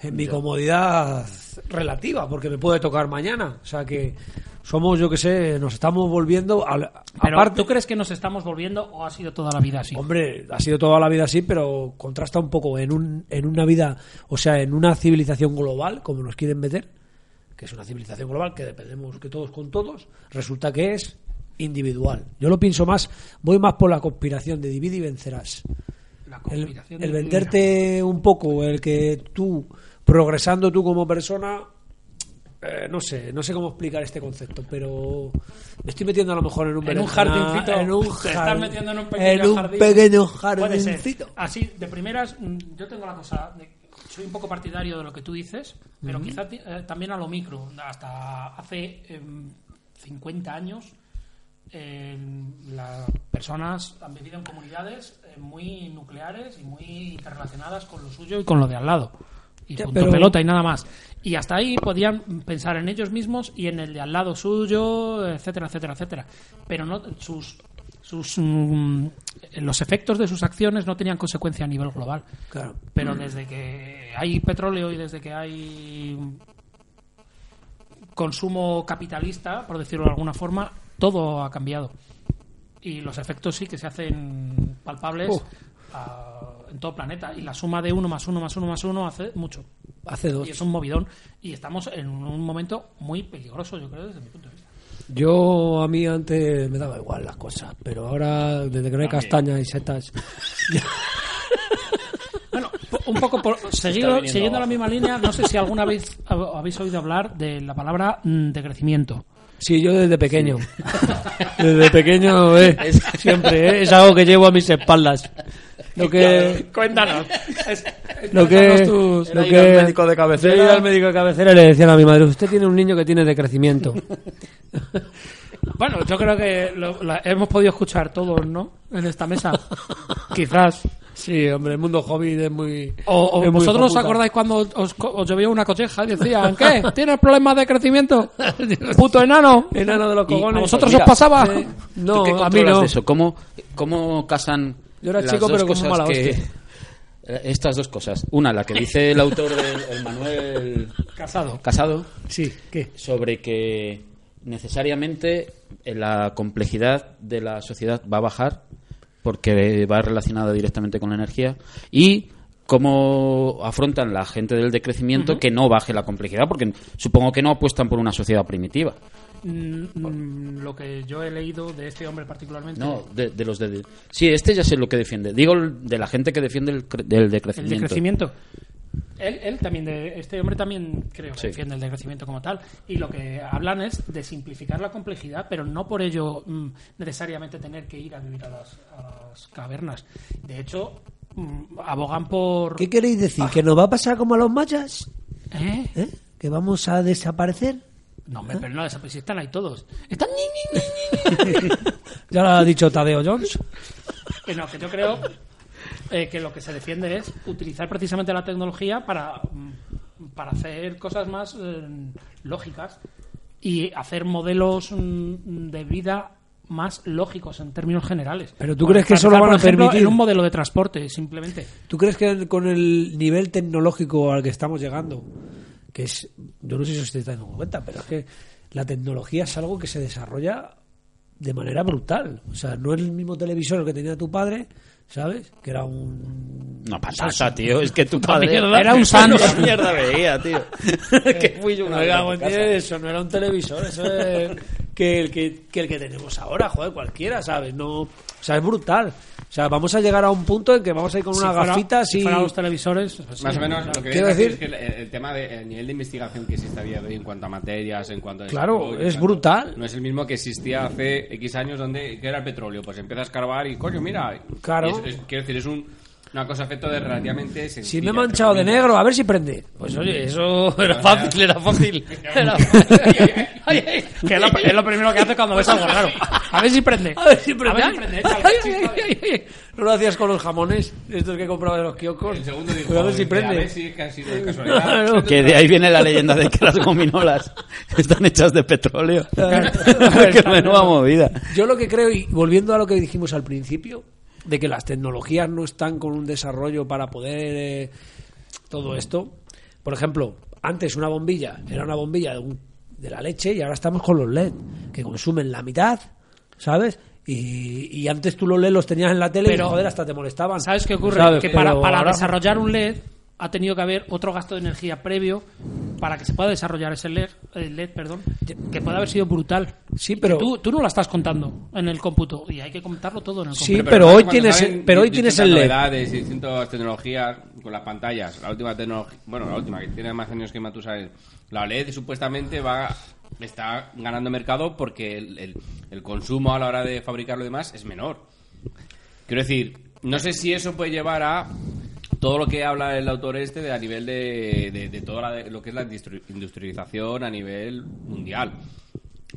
Speaker 5: en mi comodidad relativa, porque me puede tocar mañana. O sea que somos, yo que sé, nos estamos volviendo al.
Speaker 2: Pero
Speaker 5: aparte-
Speaker 2: ¿tú crees que nos estamos volviendo o ha sido toda la vida así?
Speaker 5: Hombre, ha sido toda la vida así, pero contrasta un poco en, un, en una vida, o sea, en una civilización global, como nos quieren meter, que es una civilización global que dependemos que todos con todos, resulta que es individual. Yo lo pienso más, voy más por la conspiración de divide y vencerás.
Speaker 2: La
Speaker 5: El,
Speaker 2: conspiración
Speaker 5: el
Speaker 2: de-
Speaker 5: venderte un poco, el que tú, progresando tú como persona, eh, no sé, no sé cómo explicar este concepto, pero me estoy metiendo a lo mejor en un
Speaker 2: En un
Speaker 5: berenjena-
Speaker 2: jardincito.
Speaker 5: en un
Speaker 2: Te estás
Speaker 5: jardín-
Speaker 2: metiendo en un pequeño
Speaker 5: en un
Speaker 2: jardín.
Speaker 5: pequeño
Speaker 2: Puede ser.
Speaker 5: jardincito.
Speaker 2: Así, de primeras, mm, yo tengo la cosa. de- soy un poco partidario de lo que tú dices, pero quizá ti- eh, también a lo micro. Hasta hace em, 50 años, em, las personas han vivido en comunidades eh, muy nucleares y muy interrelacionadas con lo suyo y con lo de al lado. Y
Speaker 5: Ya,
Speaker 2: punto
Speaker 5: pero-
Speaker 2: pelota y nada más. Y hasta ahí podían pensar en ellos mismos y en el de al lado suyo, etcétera, etcétera, etcétera. Pero no sus sus mm, los efectos de sus acciones no tenían consecuencia a nivel global.
Speaker 5: Claro.
Speaker 2: Pero desde que hay petróleo y desde que hay consumo capitalista, por decirlo de alguna forma, todo ha cambiado. Y los efectos sí que se hacen palpables
Speaker 5: Uf.
Speaker 2: ah, en todo el planeta. Y la suma de uno más uno más uno más uno hace mucho.
Speaker 5: Hace dos.
Speaker 2: Y es un movidón. Y estamos en un momento muy peligroso, yo creo, desde mi punto de vista.
Speaker 5: Yo a mí antes me daba igual las cosas, pero ahora desde que no hay castañas y setas,
Speaker 2: Bueno, po- un poco por, seguido-
Speaker 4: viniendo
Speaker 2: siguiendo la
Speaker 4: abajo.
Speaker 2: misma línea, no sé si alguna vez hab- habéis oído hablar de la palabra mm, decrecimiento.
Speaker 5: sí, yo desde pequeño, desde pequeño, eh, siempre, eh, es algo que llevo a mis espaldas. Lo que
Speaker 2: Cuéntanos.
Speaker 5: lo que, lo
Speaker 6: Era ir al
Speaker 5: que-
Speaker 6: médico de cabecera.
Speaker 5: Yo iba al médico de cabecera y le decían a mi madre, usted tiene un niño que tiene decrecimiento.
Speaker 2: Bueno, yo creo que lo- la- hemos podido escuchar todos, ¿no? En esta mesa. Quizás.
Speaker 5: Sí, hombre, el mundo hobby es muy...
Speaker 2: O, o
Speaker 5: es muy
Speaker 2: vosotros os
Speaker 5: hijoputa.
Speaker 2: acordáis cuando os, co- os llovía una cocheja y decían, ¿qué? ¿Tienes problemas de crecimiento? Puto enano.
Speaker 5: Enano de los
Speaker 1: Y a
Speaker 5: cojones.
Speaker 2: ¿A vosotros
Speaker 1: Mira,
Speaker 2: os pasaba?
Speaker 5: Sí.
Speaker 1: ¿Tú
Speaker 5: No,
Speaker 1: qué
Speaker 5: a mí
Speaker 1: controlas
Speaker 5: no.
Speaker 1: de eso? ¿Cómo, cómo casan
Speaker 5: Yo era
Speaker 1: las
Speaker 5: chico,
Speaker 1: dos
Speaker 5: pero con
Speaker 1: cosas
Speaker 5: mala
Speaker 1: que-
Speaker 5: hostia.
Speaker 1: Estas dos cosas. Una, la que dice el autor, el, el Manuel
Speaker 2: Casado.
Speaker 1: Casado,
Speaker 5: Sí, ¿qué?
Speaker 1: sobre que necesariamente eh, la complejidad de la sociedad va a bajar porque va relacionada directamente con la energía y cómo afrontan la gente del decrecimiento que no baje la complejidad porque supongo que no apuestan por una sociedad primitiva
Speaker 2: Mm, lo que yo he leído de este hombre particularmente.
Speaker 1: no de, de los de sí este ya sé lo que defiende digo el- de la gente que defiende el, cre- del
Speaker 2: El
Speaker 1: decrecimiento
Speaker 2: decrecimiento. Él, él también, de, este hombre también creo que
Speaker 1: Sí.
Speaker 2: defiende el decrecimiento como tal. Y lo que hablan es de simplificar la complejidad, pero no por ello mm, necesariamente tener que ir a vivir a las, a las cavernas. De hecho, mm, abogan por.
Speaker 6: ¿Qué queréis decir? ¿Que nos va a pasar como a los mayas?
Speaker 2: ¿Eh?
Speaker 6: ¿Eh? ¿Que vamos a desaparecer?
Speaker 2: No, hombre, pero no, si están ahí todos. Están ni, ni, ni, ni.
Speaker 5: Ya lo ha dicho Tadeo Jones.
Speaker 2: Que no, que yo creo eh, que lo que se defiende es utilizar precisamente la tecnología para, mm, para hacer cosas más eh, lógicas y hacer modelos mm, de vida más lógicos en términos generales.
Speaker 5: Pero ¿tú crees que eso lo
Speaker 2: Para
Speaker 5: van a
Speaker 2: empezar, por ejemplo,
Speaker 5: permitir?
Speaker 2: En un modelo de transporte, simplemente.
Speaker 5: ¿Tú crees que con el nivel tecnológico al que estamos llegando, que es, yo no sé si os estáis dando cuenta, pero es que la tecnología es algo que se desarrolla de manera brutal. O sea, no es el mismo televisor que tenía tu padre, ¿sabes? Que era un
Speaker 1: No pasa, tío. Es que tu padre
Speaker 2: mierda. Era un santo.
Speaker 1: Una mierda veía, tío. que fui yo una
Speaker 5: No,
Speaker 1: vez a
Speaker 5: cago
Speaker 1: tu
Speaker 5: en
Speaker 1: casa.
Speaker 5: diez, eso no era un televisor, eso es que el que, que el que tenemos ahora, joder, cualquiera, ¿sabes? No, o sea, es brutal. O sea, vamos a llegar a un punto en que vamos a ir con una
Speaker 2: fuera-
Speaker 5: gafita
Speaker 2: si
Speaker 5: así.
Speaker 2: fueran los televisores. pues
Speaker 4: Más
Speaker 2: sí.
Speaker 4: o menos lo que
Speaker 5: Quiero
Speaker 4: viene a
Speaker 5: decir-
Speaker 4: es que el, el tema del nivel de investigación que existe a día de hoy en cuanto a materias, en cuanto a...
Speaker 5: Claro,
Speaker 4: desarrollo,
Speaker 5: es
Speaker 4: en cuanto-
Speaker 5: brutal.
Speaker 4: No es el mismo que existía hace X años donde ¿qué era el petróleo. Pues empiezas a escarbar y, coño, mira.
Speaker 5: Claro.
Speaker 4: Y es- es- quiero decir, es un, una cosa efecto de relativamente sencilla.
Speaker 5: Si me he manchado de
Speaker 4: entre
Speaker 5: negro, a ver si prende.
Speaker 2: Pues oye, eso era fácil, era fácil. Era fácil. Ay, ay, que es lo, es lo primero que hace cuando ves algo raro. A ver si prende.
Speaker 5: A ver si prende.
Speaker 2: A ver si prende,
Speaker 5: Ay,
Speaker 2: échale,
Speaker 5: ay,
Speaker 2: sí,
Speaker 5: ay, ay, ay. No lo hacías con los jamones, estos que comprabas en los kioscos.
Speaker 4: El segundo dijo,
Speaker 5: Pues a ver si
Speaker 4: "Joder,
Speaker 5: prende.
Speaker 4: A ver si es que ha sido de casualidad.
Speaker 5: Claro.
Speaker 1: Que de ahí viene la leyenda de que las gominolas están hechas de petróleo. que menuda movida.
Speaker 5: Yo lo que creo, y volviendo a lo que dijimos al principio, de que las tecnologías no están con un desarrollo para poder eh, todo esto. Por ejemplo, antes una bombilla era una bombilla de, un- de la leche y ahora estamos con los LED, que consumen la mitad, ¿sabes? Y, y antes tú los LED los tenías en la tele
Speaker 2: Pero-
Speaker 5: y joder, hasta te molestaban.
Speaker 2: ¿Sabes qué ocurre?
Speaker 5: ¿Sabes?
Speaker 2: Que
Speaker 5: Pero
Speaker 2: para, para
Speaker 5: ahora-
Speaker 2: desarrollar un LED ha tenido que haber otro gasto de energía previo para que se pueda desarrollar ese LED, el LED perdón, que puede haber sido brutal.
Speaker 5: Sí, pero-
Speaker 2: Tú, tú no lo estás contando en el cómputo y hay que contarlo todo en el
Speaker 5: Sí,
Speaker 2: cómputo.
Speaker 5: pero hoy
Speaker 4: cuando
Speaker 5: tienes
Speaker 4: salen
Speaker 5: el- pero hoy
Speaker 4: di-
Speaker 5: tienes
Speaker 4: distintas
Speaker 5: el LED.
Speaker 4: novedades y distintas tecnologías con las pantallas. La última tecnología, bueno, la última que tiene más años que Matusalén. La LED supuestamente va está ganando mercado porque el, el- el consumo a la hora de fabricarlo y demás es menor. Quiero decir, no sé si eso puede llevar a todo lo que habla el autor este de, a nivel de, de, de todo la- lo que es la industri- industrialización a nivel mundial.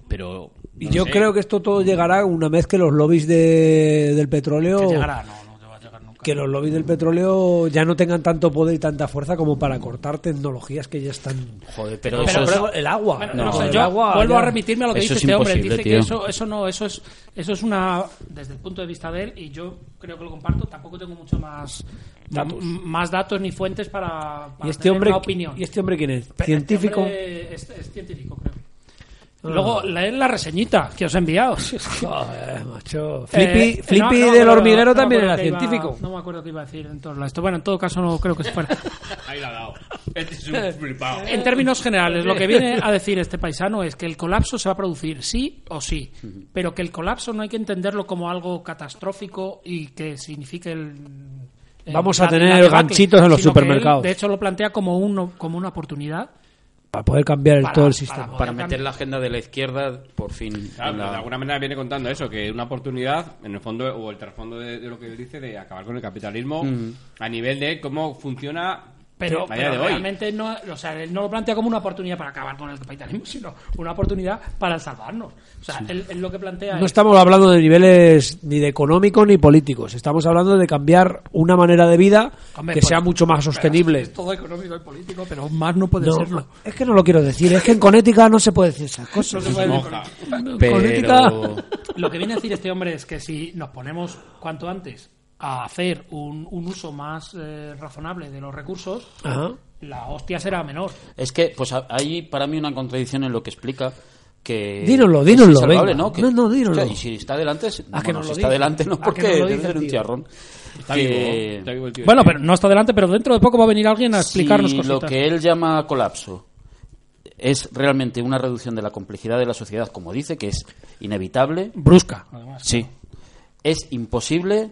Speaker 4: Pero
Speaker 5: Y
Speaker 4: no
Speaker 5: yo
Speaker 4: sé.
Speaker 5: creo que esto todo llegará una vez que los lobbies de- del petróleo.
Speaker 2: Que llegará, no, no te va a llegar nunca.
Speaker 5: que los lobbies del petróleo ya no tengan tanto poder y tanta fuerza como para cortar tecnologías que ya están.
Speaker 1: Joder, pero,
Speaker 2: Pero-
Speaker 1: eso es-
Speaker 4: eh,
Speaker 2: pero-
Speaker 5: el agua.
Speaker 2: Bueno,
Speaker 1: No,
Speaker 2: no sé,
Speaker 5: el
Speaker 2: yo
Speaker 5: agua
Speaker 2: vuelvo
Speaker 5: ya-
Speaker 2: a remitirme a lo que
Speaker 1: Eso es
Speaker 2: dice este hombre.
Speaker 1: imposible,
Speaker 2: Dice
Speaker 1: tío.
Speaker 2: que eso, eso no, eso es, eso es una, desde el punto de vista de él, y yo creo que lo comparto, tampoco tengo mucho más
Speaker 5: Datos.
Speaker 2: m- más datos ni fuentes para, para
Speaker 5: ¿Y este
Speaker 2: tener
Speaker 5: hombre,
Speaker 2: una opinión.
Speaker 5: ¿Y este hombre quién es?
Speaker 2: Pero este
Speaker 5: ¿Científico? Ah.
Speaker 2: hombre es, es científico, creo. Luego leed la reseñita que os he enviado.
Speaker 5: Joder, macho.
Speaker 2: Eh,
Speaker 5: Flippy,
Speaker 2: no,
Speaker 5: Flippy
Speaker 2: no me
Speaker 5: del
Speaker 2: acuerdo-
Speaker 5: hormiguero
Speaker 2: no me
Speaker 5: también
Speaker 2: acuerdo
Speaker 5: era
Speaker 2: qué iba-
Speaker 5: científico.
Speaker 2: no me acuerdo qué iba a decir en torno a esto. Bueno, en todo caso no creo que se fuera.
Speaker 4: Ahí la ha dado. Este es un flipado.
Speaker 2: En términos generales, lo que viene a decir este paisano es que el colapso se va a producir sí o sí, pero que el colapso no hay que entenderlo como algo catastrófico y que signifique el... el-
Speaker 5: Vamos a
Speaker 2: la-
Speaker 5: tener
Speaker 2: la debacle,
Speaker 5: ganchitos en los
Speaker 2: sino que él,
Speaker 5: supermercados.
Speaker 2: de hecho, lo plantea como, un, como una oportunidad.
Speaker 5: Para poder cambiar el-
Speaker 2: Para-
Speaker 5: todo el
Speaker 2: para-
Speaker 5: sistema.
Speaker 1: para meter la agenda de la izquierda, por fin.
Speaker 4: Claro,
Speaker 1: en
Speaker 4: pero
Speaker 1: la-
Speaker 4: de alguna manera viene contando eso, que una oportunidad, en el fondo, o el trasfondo de, de lo que él dice, de acabar con el capitalismo a nivel de cómo funciona
Speaker 2: Pero,
Speaker 4: a día
Speaker 2: pero
Speaker 4: de hoy.
Speaker 2: realmente no, o sea, él no lo plantea como una oportunidad para acabar con el capitalismo, sino una oportunidad para salvarnos. O sea, él, él lo que plantea
Speaker 5: No
Speaker 2: es...
Speaker 5: estamos hablando de niveles ni de económicos ni políticos. Estamos hablando de cambiar una manera de vida
Speaker 2: Hombre,
Speaker 5: que
Speaker 2: pues,
Speaker 5: sea mucho más sostenible.
Speaker 2: Es todo económico y político, pero más no puede
Speaker 5: No,
Speaker 2: serlo.
Speaker 5: es que no lo quiero decir. Es que en Connecticut no se puede decir esas
Speaker 2: No
Speaker 5: cosas.
Speaker 2: se puede
Speaker 4: Moja.
Speaker 1: Pero-
Speaker 2: Lo que viene a decir este hombre es que si nos ponemos cuanto antes a hacer un, un uso más eh, razonable de los recursos,
Speaker 5: Ajá.
Speaker 2: la hostia será menor.
Speaker 1: Es que, pues a- hay para mí una contradicción en lo que explica que.
Speaker 5: Dínoslo,
Speaker 1: que es
Speaker 5: dínoslo,
Speaker 1: insalvable,
Speaker 5: venga.
Speaker 1: ¿no? Que-
Speaker 5: No, no, dínoslo.
Speaker 1: o sea, y si está delante, es-
Speaker 5: A que
Speaker 1: bueno,
Speaker 5: nos
Speaker 1: si
Speaker 5: lo
Speaker 1: está
Speaker 5: diga.
Speaker 1: delante, no,
Speaker 5: A que
Speaker 1: porque
Speaker 5: nos lo diga
Speaker 1: debe ser
Speaker 5: el
Speaker 1: un
Speaker 5: tío.
Speaker 1: tiarrón.
Speaker 4: Está
Speaker 1: Que-
Speaker 4: vivo, ¿eh? Está vivo el tío.
Speaker 2: Bueno,
Speaker 4: Este.
Speaker 2: pero no está delante, pero dentro de poco va a venir alguien a explicarnos
Speaker 1: si
Speaker 2: cositas.
Speaker 1: lo que él llama colapso es realmente una reducción de la complejidad de la sociedad, como dice, que es inevitable,
Speaker 2: Brusca, además.
Speaker 1: sí, es imposible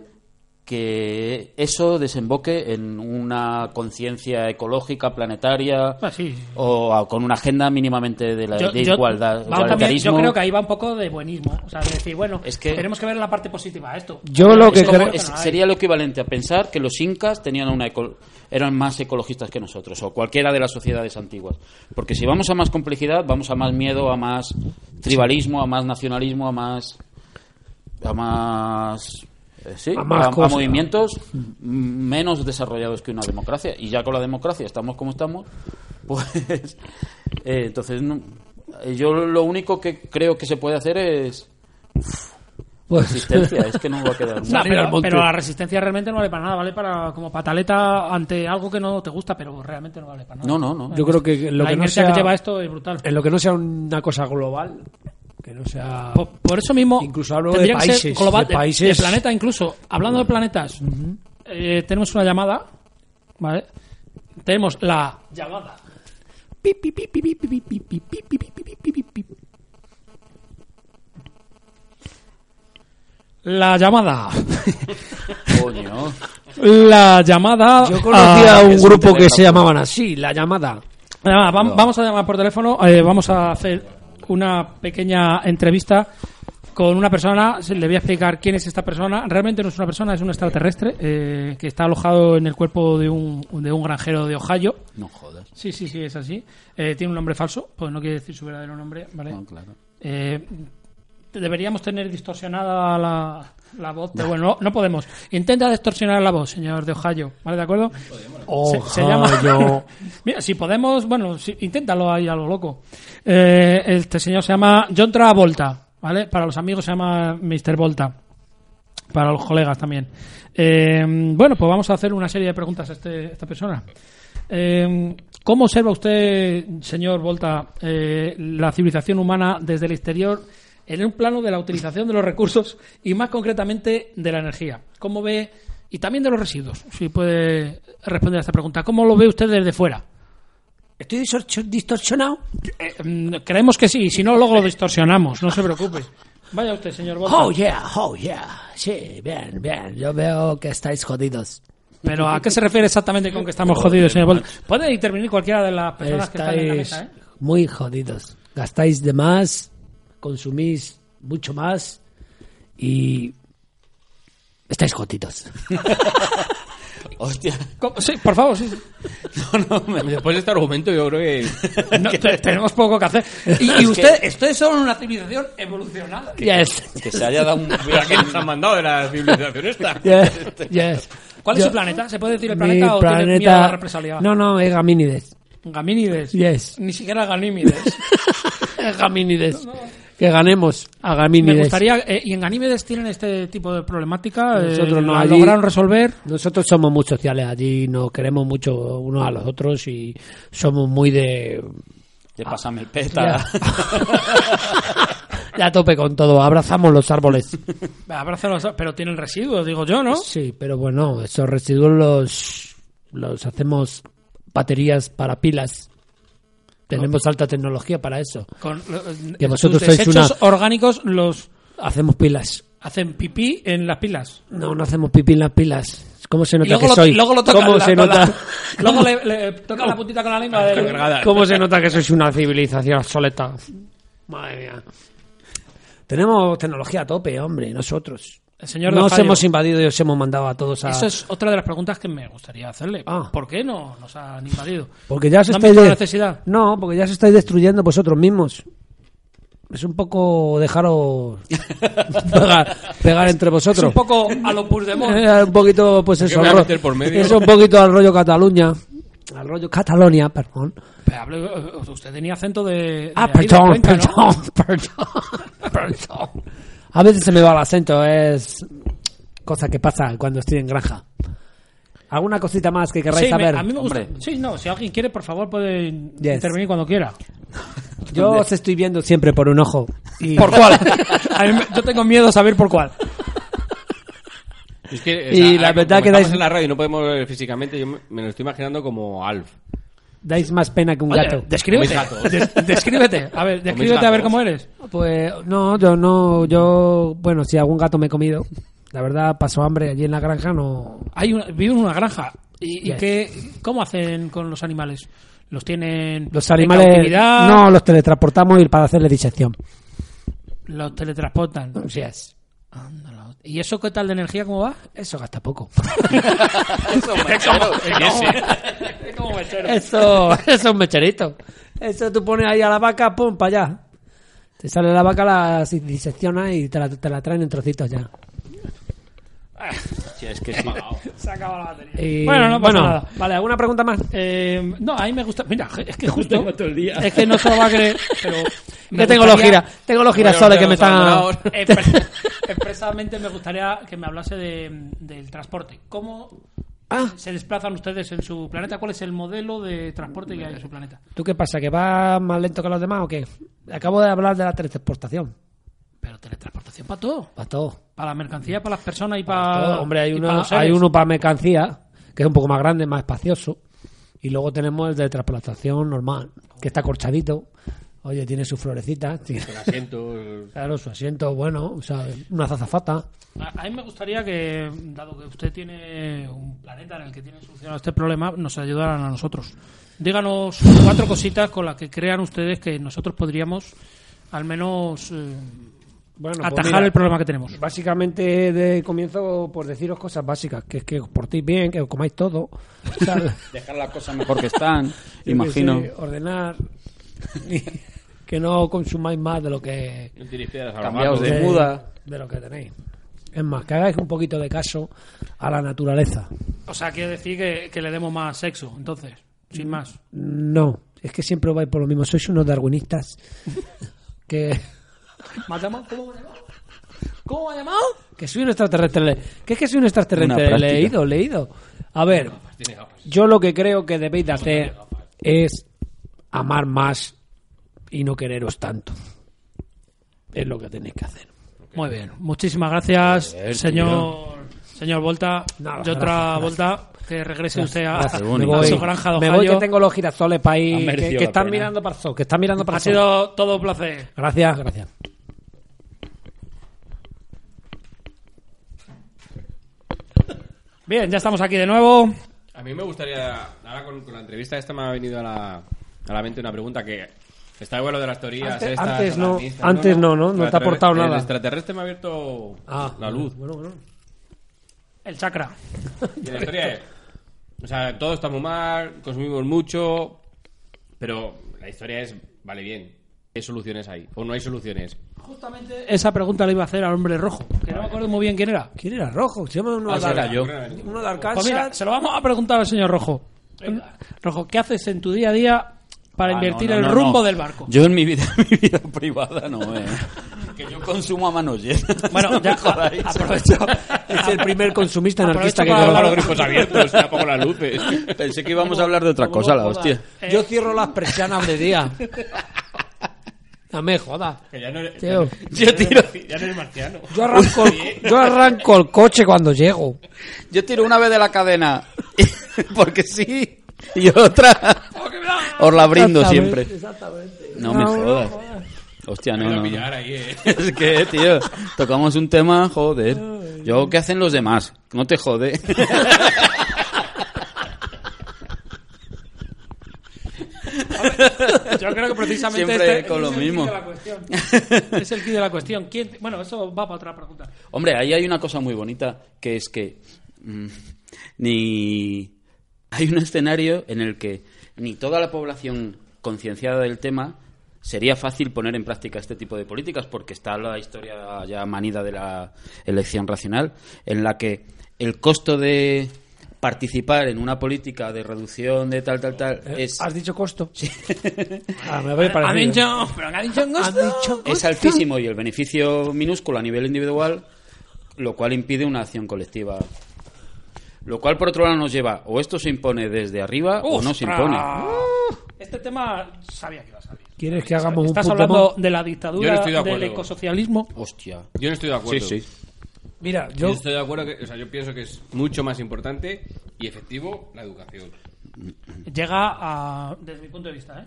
Speaker 1: que eso desemboque en una conciencia ecológica, planetaria,
Speaker 2: Ah, sí.
Speaker 1: o a- con una agenda mínimamente de la de igualdad,
Speaker 2: vamos también-
Speaker 1: igualitarismo.
Speaker 2: yo creo que ahí va un poco de buenismo. ¿eh? O sea, de decir, bueno,
Speaker 1: Es que-
Speaker 2: tenemos que ver la parte positiva a esto.
Speaker 5: Yo lo
Speaker 2: Es
Speaker 5: que
Speaker 2: como-
Speaker 5: creo-
Speaker 2: que
Speaker 1: Pues Es-
Speaker 2: no hay.
Speaker 1: sería lo equivalente a pensar que los incas tenían una eco- eran más ecologistas que nosotros o cualquiera de las sociedades antiguas. Porque si vamos a más complejidad, vamos a más miedo, a más tribalismo, a más nacionalismo, a más a más eh, sí,
Speaker 5: A más
Speaker 1: a- a
Speaker 5: cosas. Mm.
Speaker 1: movimientos menos desarrollados que una democracia y ya con la democracia estamos como estamos, pues eh, entonces no- eh, yo lo único que creo que se puede hacer es
Speaker 5: Pues,
Speaker 1: resistencia, es que no va a quedar
Speaker 2: No,
Speaker 1: más.
Speaker 5: Salir al
Speaker 2: pero,
Speaker 5: monte.
Speaker 2: pero la resistencia realmente no vale para nada, vale para como pataleta ante algo que no te gusta, pero realmente no vale para nada.
Speaker 1: No, no, no.
Speaker 5: yo creo que lo
Speaker 2: la
Speaker 5: que no
Speaker 2: inercia
Speaker 5: sea
Speaker 2: que lleva esto es brutal.
Speaker 5: en lo que no sea una cosa global
Speaker 3: Que no sea.
Speaker 2: Por, por eso mismo,
Speaker 3: Incluso hablo de
Speaker 2: tendría que ser
Speaker 3: países,
Speaker 2: global,
Speaker 3: de países.
Speaker 2: planeta, incluso. Hablando de planetas, eh, tenemos una llamada, ¿vale? Tenemos la llamada. Pi, pi, pi, pi, pi, pi, pi, pi, pi, pi, pi, pi, pi, pi, pi, pi. La llamada.
Speaker 1: Coño.
Speaker 2: La llamada.
Speaker 5: Yo conocía
Speaker 2: a-
Speaker 5: un
Speaker 1: es un
Speaker 5: grupo que
Speaker 1: telégrafo.
Speaker 5: se llamaban así, La Llamada.
Speaker 2: Nada, vam- Vamos a llamar por teléfono, eh, vamos a hacer una pequeña entrevista con una persona, se- le voy a explicar quién es esta persona. Realmente no es una persona, es un extraterrestre eh, que está alojado en el cuerpo de un, de un granjero de Ohio.
Speaker 1: No jodas.
Speaker 2: Sí, sí, sí, es así. Eh, tiene un nombre falso, pues no quiere decir su verdadero nombre, ¿vale?
Speaker 1: No, claro.
Speaker 2: Eh, deberíamos tener distorsionada la, la voz, pero bueno, no, no podemos. Intenta distorsionar la voz, señor de Ohio, ¿vale? ¿De acuerdo? Se, se
Speaker 5: Oh,
Speaker 2: llama. Mira, si podemos, bueno, si- inténtalo ahí a lo loco. Eh, este señor se llama John Travolta, ¿vale? Para los amigos se llama Mr. Volta. Para los colegas también. Eh, bueno, pues vamos a hacer una serie de preguntas a, este- a esta persona. Eh, ¿Cómo observa usted, señor Volta, eh, la civilización humana desde el exterior en un plano de la utilización de los recursos y más concretamente de la energía? ¿Cómo ve, y también de los residuos, si puede responder a esta pregunta, ¿cómo lo ve usted desde fuera?
Speaker 5: ¿Estoy distorcho- distorsionado?
Speaker 2: Eh, mm, creemos que sí, y si no, luego lo distorsionamos, no se preocupe. Vaya usted, señor Volta.
Speaker 5: Oh yeah, oh yeah. Sí, bien, bien. Yo veo que estáis jodidos.
Speaker 2: Pero ¿a qué se refiere exactamente con que estamos jodidos, señor Volta? Puede intervenir cualquiera de las personas que están en la
Speaker 5: Estáis
Speaker 2: mesa, ¿eh?
Speaker 5: muy jodidos. Gastáis de más, consumís mucho más y estáis jodidos.
Speaker 1: Hostia.
Speaker 2: ¿Cómo? Sí, por favor, sí. sí.
Speaker 1: No, no, me-
Speaker 4: Después de este argumento, yo creo que.
Speaker 2: No, te- tenemos poco que hacer. Y, y usted, ustedes son una civilización evolucionada.
Speaker 5: Yes,
Speaker 1: Que se haya dado un
Speaker 4: ¿A quién nos han mandado de la civilización esta?
Speaker 5: yes, yes.
Speaker 2: ¿Cuál es
Speaker 5: Yo-
Speaker 2: su planeta? ¿Se puede decir el
Speaker 5: Mi
Speaker 2: planeta o tiene miedo a la represalia?
Speaker 5: No, no, es Gamínides.
Speaker 2: Gamínides.
Speaker 5: Yes.
Speaker 2: Ni siquiera Ganímides.
Speaker 5: Es Gamínides. Que ganemos a Gamínides.
Speaker 2: Me gustaría. eh, ¿Y en Ganímides tienen este tipo de problemática? Eh,
Speaker 5: Nosotros no,
Speaker 2: ¿la
Speaker 5: allí-
Speaker 2: lograron resolver?
Speaker 5: Nosotros somos muy sociales allí, nos queremos mucho unos a los otros y somos muy de
Speaker 1: De pásame el peta.
Speaker 5: Ya a tope con todo, abrazamos los árboles.
Speaker 2: Abrázalos, pero tienen residuos, digo yo, ¿no?
Speaker 5: Sí, pero bueno, esos residuos los, los hacemos baterías para pilas. Tenemos alta tecnología para eso.
Speaker 2: Con, eh,
Speaker 5: Que vosotros
Speaker 2: sus
Speaker 5: sois
Speaker 2: desechos orgánicos los
Speaker 5: Hacemos pilas.
Speaker 2: hacen pipí en las pilas.
Speaker 5: No, no hacemos pipí en las pilas. ¿Cómo se
Speaker 2: Y
Speaker 5: nota
Speaker 2: luego,
Speaker 5: que
Speaker 2: lo,
Speaker 5: soy?
Speaker 2: luego lo toca
Speaker 5: ¿Cómo
Speaker 2: la-
Speaker 5: se
Speaker 2: con la-
Speaker 5: nota?
Speaker 2: luego le, le toca la puntita con la lengua del-
Speaker 5: ¿Cómo se nota que sois una civilización obsoleta? Madre mía. Tenemos tecnología a tope, hombre, nosotros.
Speaker 2: El señor
Speaker 5: nos
Speaker 2: Dafayo.
Speaker 5: hemos invadido y os hemos mandado a todos a...
Speaker 2: Eso es otra de las preguntas que me gustaría hacerle.
Speaker 5: Ah.
Speaker 2: ¿Por qué no nos han invadido?
Speaker 5: Porque ya se
Speaker 2: ¿No han
Speaker 5: estáis
Speaker 2: visto la
Speaker 5: de-
Speaker 2: necesidad?
Speaker 5: No, porque ya se estáis destruyendo vosotros mismos. Es un poco dejaros pegar, pegar entre
Speaker 2: Es
Speaker 5: vosotros.
Speaker 2: un poco a lo Puigdemont.
Speaker 5: Eh, un poquito, pues
Speaker 4: que
Speaker 5: eso.
Speaker 4: me
Speaker 5: al
Speaker 4: voy a
Speaker 5: ro-
Speaker 4: meter por medio.
Speaker 5: eso un poquito al rollo Cataluña. Al rollo Catalonia, perdón.
Speaker 2: Pero hable- eh, usted tenía acento de. de
Speaker 5: Ah,
Speaker 2: ahí, de
Speaker 5: perdón,
Speaker 2: Cuenca, ¿no?
Speaker 5: perdón, perdón, perdón. A veces se me va el acento, es cosa que pasa cuando estoy en granja. ¿Alguna cosita más que querráis
Speaker 2: Sí, me-
Speaker 5: saber?
Speaker 2: a mí me gusta.
Speaker 1: hombre.
Speaker 2: Sí, no, si alguien quiere, por favor, puede in-
Speaker 5: Yes.
Speaker 2: intervenir cuando quiera.
Speaker 5: Yo os estoy viendo siempre por un ojo. y-
Speaker 2: ¿Por cuál? A mí me- yo tengo miedo a saber por cuál.
Speaker 4: Es que,
Speaker 5: Y
Speaker 4: o sea,
Speaker 5: la
Speaker 4: como
Speaker 5: verdad que
Speaker 4: estamos
Speaker 5: dais-
Speaker 4: en la radio y no podemos ver físicamente, yo me- me lo estoy imaginando como Alf.
Speaker 5: Dais más pena que un gato.
Speaker 2: Oye, descríbete.
Speaker 4: Como mis
Speaker 2: Des- descríbete. A ver, descríbete a ver
Speaker 4: gatos.
Speaker 2: cómo eres.
Speaker 5: Pues no, yo no, yo, bueno, si algún gato me he comido, la verdad paso hambre allí en la granja, no.
Speaker 2: Hay una, viven en una granja. ¿Y, y
Speaker 5: Yes.
Speaker 2: qué, cómo hacen con los animales? ¿Los tienen
Speaker 5: Los
Speaker 2: en
Speaker 5: animales
Speaker 2: cautividad?
Speaker 5: no los teletransportamos y para hacerle disección.
Speaker 2: Los teletransportan.
Speaker 5: Así es.
Speaker 2: Ándala. ¿Y eso qué tal de energía? ¿Cómo va?
Speaker 5: Eso gasta poco.
Speaker 2: Es como mechero.
Speaker 5: Eh, eso, eso es un mecherito. Eso tú pones ahí a la vaca, pum, para allá. Te sale la vaca, la disecciona y te la, te la traen en trocitos ya.
Speaker 1: Hostia, es que sí.
Speaker 2: Se acaba la batería.
Speaker 5: Y-
Speaker 2: Bueno, no pasa nada.
Speaker 5: eh, Vale, ¿alguna pregunta más?
Speaker 2: Eh, no, a mí me gusta. Mira, es que justo. Es que no se lo va a creer, pero. me
Speaker 5: Que tengo los
Speaker 2: gustaría-
Speaker 5: gira, tengo los girasoles que me Eh, están.
Speaker 4: abandonados.
Speaker 2: Expre- Expresamente me gustaría que me hablase de- del transporte. ¿Cómo
Speaker 5: Ah,
Speaker 2: se desplazan ustedes en su planeta? ¿Cuál es el modelo de transporte que hay en su planeta?
Speaker 5: ¿Tú qué pasa? ¿Que vas más lento que los demás o qué? Acabo de hablar de la teletransportación.
Speaker 2: Pero teletransportación para todo.
Speaker 5: Para todo.
Speaker 2: Para la mercancía, para las personas y
Speaker 5: Para
Speaker 2: para.
Speaker 5: todo. Hombre, hay,
Speaker 2: Ah, y
Speaker 5: uno-
Speaker 2: para los seres.
Speaker 5: hay uno para mercancía, que es un poco más grande, más espacioso. Y luego tenemos el de transplantación normal, que está corchadito. Oye, tiene sus florecitas. tiene-
Speaker 4: Con asientos.
Speaker 5: Claro, su asiento, bueno, o sea, una zazafata.
Speaker 2: A, a mí me gustaría que, dado que usted tiene un planeta en el que tiene solucionado este problema, nos ayudaran a nosotros. Díganos cuatro cositas con las que crean ustedes que nosotros podríamos al menos eh,
Speaker 5: Bueno, pues
Speaker 2: atajar
Speaker 5: mira,
Speaker 2: el problema que tenemos.
Speaker 5: Básicamente, de comienzo por deciros cosas básicas, que es que os portéis bien, que os comáis todo. ¿sabes?
Speaker 1: Dejar las cosas mejor que están,
Speaker 5: Yo qué
Speaker 1: imagino.
Speaker 5: sé, ordenar. y que no consumáis más de lo que
Speaker 4: No tiréis piedras al
Speaker 1: Cambiaos
Speaker 4: gato.
Speaker 1: de muda.
Speaker 5: de lo que tenéis. Es más, que hagáis un poquito de caso a la naturaleza.
Speaker 2: O sea, quiere decir que, que le demos más sexo, entonces,
Speaker 5: Mm.
Speaker 2: sin más.
Speaker 5: No, es que siempre vais por lo mismo. Sois unos darwinistas que,
Speaker 2: ¿Matamos? ¿Cómo me ha llamado? ¿Cómo me ha llamado?
Speaker 5: que soy un extraterrestre. le- Que es que soy un extraterrestre
Speaker 1: Una práctica.
Speaker 5: leído, leído. A ver,
Speaker 4: Tiene gafas.
Speaker 5: yo lo que creo que debéis de hacer es amar más y no quereros tanto. Es lo que tenéis que hacer.
Speaker 2: Muy bien, muchísimas gracias,
Speaker 1: Joder,
Speaker 2: señor señor Volta.
Speaker 5: Nada,
Speaker 2: y otra
Speaker 5: gracias,
Speaker 2: Volta, que regrese usted a,
Speaker 5: Gracias.
Speaker 1: Me
Speaker 5: Ah, Me
Speaker 2: a
Speaker 5: voy,
Speaker 2: su granja de
Speaker 5: me
Speaker 2: Ohio.
Speaker 5: voy que tengo los girasoles para
Speaker 1: Ha
Speaker 5: ahí. Que,
Speaker 1: merecido
Speaker 5: que
Speaker 1: la
Speaker 5: están
Speaker 1: pena.
Speaker 5: mirando para el zoo, que están mirando para
Speaker 2: Ha
Speaker 5: el zoo.
Speaker 2: sido todo un placer.
Speaker 5: Gracias, gracias.
Speaker 2: Bien, ya estamos aquí de nuevo.
Speaker 4: A mí me gustaría, ahora con, con la entrevista esta me ha venido a la, a la mente una pregunta que está igual lo de las teorías.
Speaker 5: Antes-
Speaker 4: estas,
Speaker 5: antes no,
Speaker 4: alarmistas,
Speaker 5: antes no, ¿no? No te ha
Speaker 4: Extraterre-
Speaker 5: aportado
Speaker 4: El
Speaker 5: nada. Ah,
Speaker 4: extraterrestre me ha abierto la luz.
Speaker 5: Bueno, bueno.
Speaker 2: El chakra.
Speaker 4: Y la historia es, o sea, todo está muy mal, consumimos mucho, pero la historia es, vale bien, ¿qué soluciones hay? ¿O no hay soluciones?
Speaker 2: Justamente esa pregunta la iba a hacer al hombre rojo, que no me acuerdo muy bien quién era.
Speaker 5: ¿Quién era rojo? Se llama uno,
Speaker 1: Ah,
Speaker 5: de,
Speaker 1: sí, era yo.
Speaker 5: uno de
Speaker 2: Pues
Speaker 5: Arkansas.
Speaker 2: mira, se lo vamos a preguntar al señor rojo. Rojo, ¿qué haces en tu día a día para
Speaker 1: Ah,
Speaker 2: invertir
Speaker 1: no, no,
Speaker 2: el
Speaker 1: no,
Speaker 2: rumbo
Speaker 1: no.
Speaker 2: del barco?
Speaker 1: Yo en mi vida, mi vida privada no, eh. Que yo consumo a manos llenas.
Speaker 2: Bueno,
Speaker 1: No
Speaker 2: ya
Speaker 1: me jodáis.
Speaker 2: aprovecho.
Speaker 5: es el primer consumista anarquista que
Speaker 2: Aprovecho para
Speaker 5: conozco.
Speaker 2: hablar-
Speaker 4: Los grifos abiertos, se apago la luz. es que-
Speaker 1: Pensé que íbamos a hablar de otra cosa, la hostia.
Speaker 2: Eh,
Speaker 5: Yo cierro las persianas de día. No me jodas.
Speaker 4: que ya no eres-
Speaker 5: Tío.
Speaker 1: Yo tiro,
Speaker 4: ya no eres marciano.
Speaker 5: Yo arranco, el, yo arranco el coche cuando llego.
Speaker 1: yo tiro una vez de la cadena. Porque sí. Y otra. Os la brindo
Speaker 5: Exactamente,
Speaker 1: siempre. No me jodas. Hostia, no,
Speaker 4: Me
Speaker 1: no.
Speaker 4: voy a
Speaker 1: no.
Speaker 4: pillar ahí, eh.
Speaker 1: Es que, tío, tocamos un tema, joder. Yo, ¿qué hacen los demás? No te jode.
Speaker 2: Yo creo que precisamente
Speaker 1: Siempre
Speaker 2: este-
Speaker 1: con lo
Speaker 2: es el quid
Speaker 1: mismo.
Speaker 2: de la cuestión. Es el kit de la cuestión. ¿Quién- Bueno, eso va para otra pregunta.
Speaker 1: Hombre, ahí hay una cosa muy bonita, que es que mm, ni hay un escenario en el que ni toda la población concienciada del tema sería fácil poner en práctica este tipo de políticas, porque está la historia ya manida de la elección racional, en la que el costo de participar en una política de reducción de tal, tal, tal, es,
Speaker 5: Eh, ¿Has dicho costo? Ah, me habría
Speaker 2: Ha
Speaker 5: parecido.
Speaker 2: dicho, pero ha dicho un
Speaker 5: ¿Has dicho
Speaker 1: es
Speaker 5: costo?
Speaker 1: altísimo y el beneficio minúsculo a nivel individual, lo cual impide una acción colectiva. Lo cual, por otro lado, nos lleva o esto se impone desde arriba o no se
Speaker 2: ¡Ostras!
Speaker 1: impone.
Speaker 2: Este tema sabía que iba a salir.
Speaker 5: ¿Quieres que hagamos un
Speaker 2: Estás
Speaker 5: puto
Speaker 2: hablando
Speaker 5: mo-
Speaker 2: de la
Speaker 4: Yo no
Speaker 2: dictadura,
Speaker 4: estoy de
Speaker 2: del
Speaker 4: acuerdo.
Speaker 2: ecosocialismo.
Speaker 1: Hostia.
Speaker 4: Yo no estoy de
Speaker 1: Sí,
Speaker 4: acuerdo.
Speaker 1: sí.
Speaker 5: Mira,
Speaker 4: Yo
Speaker 5: yo...
Speaker 4: estoy de acuerdo que, o sea, yo pienso que es mucho más importante y efectivo la educación.
Speaker 2: Llega a. Desde mi punto de vista, ¿eh?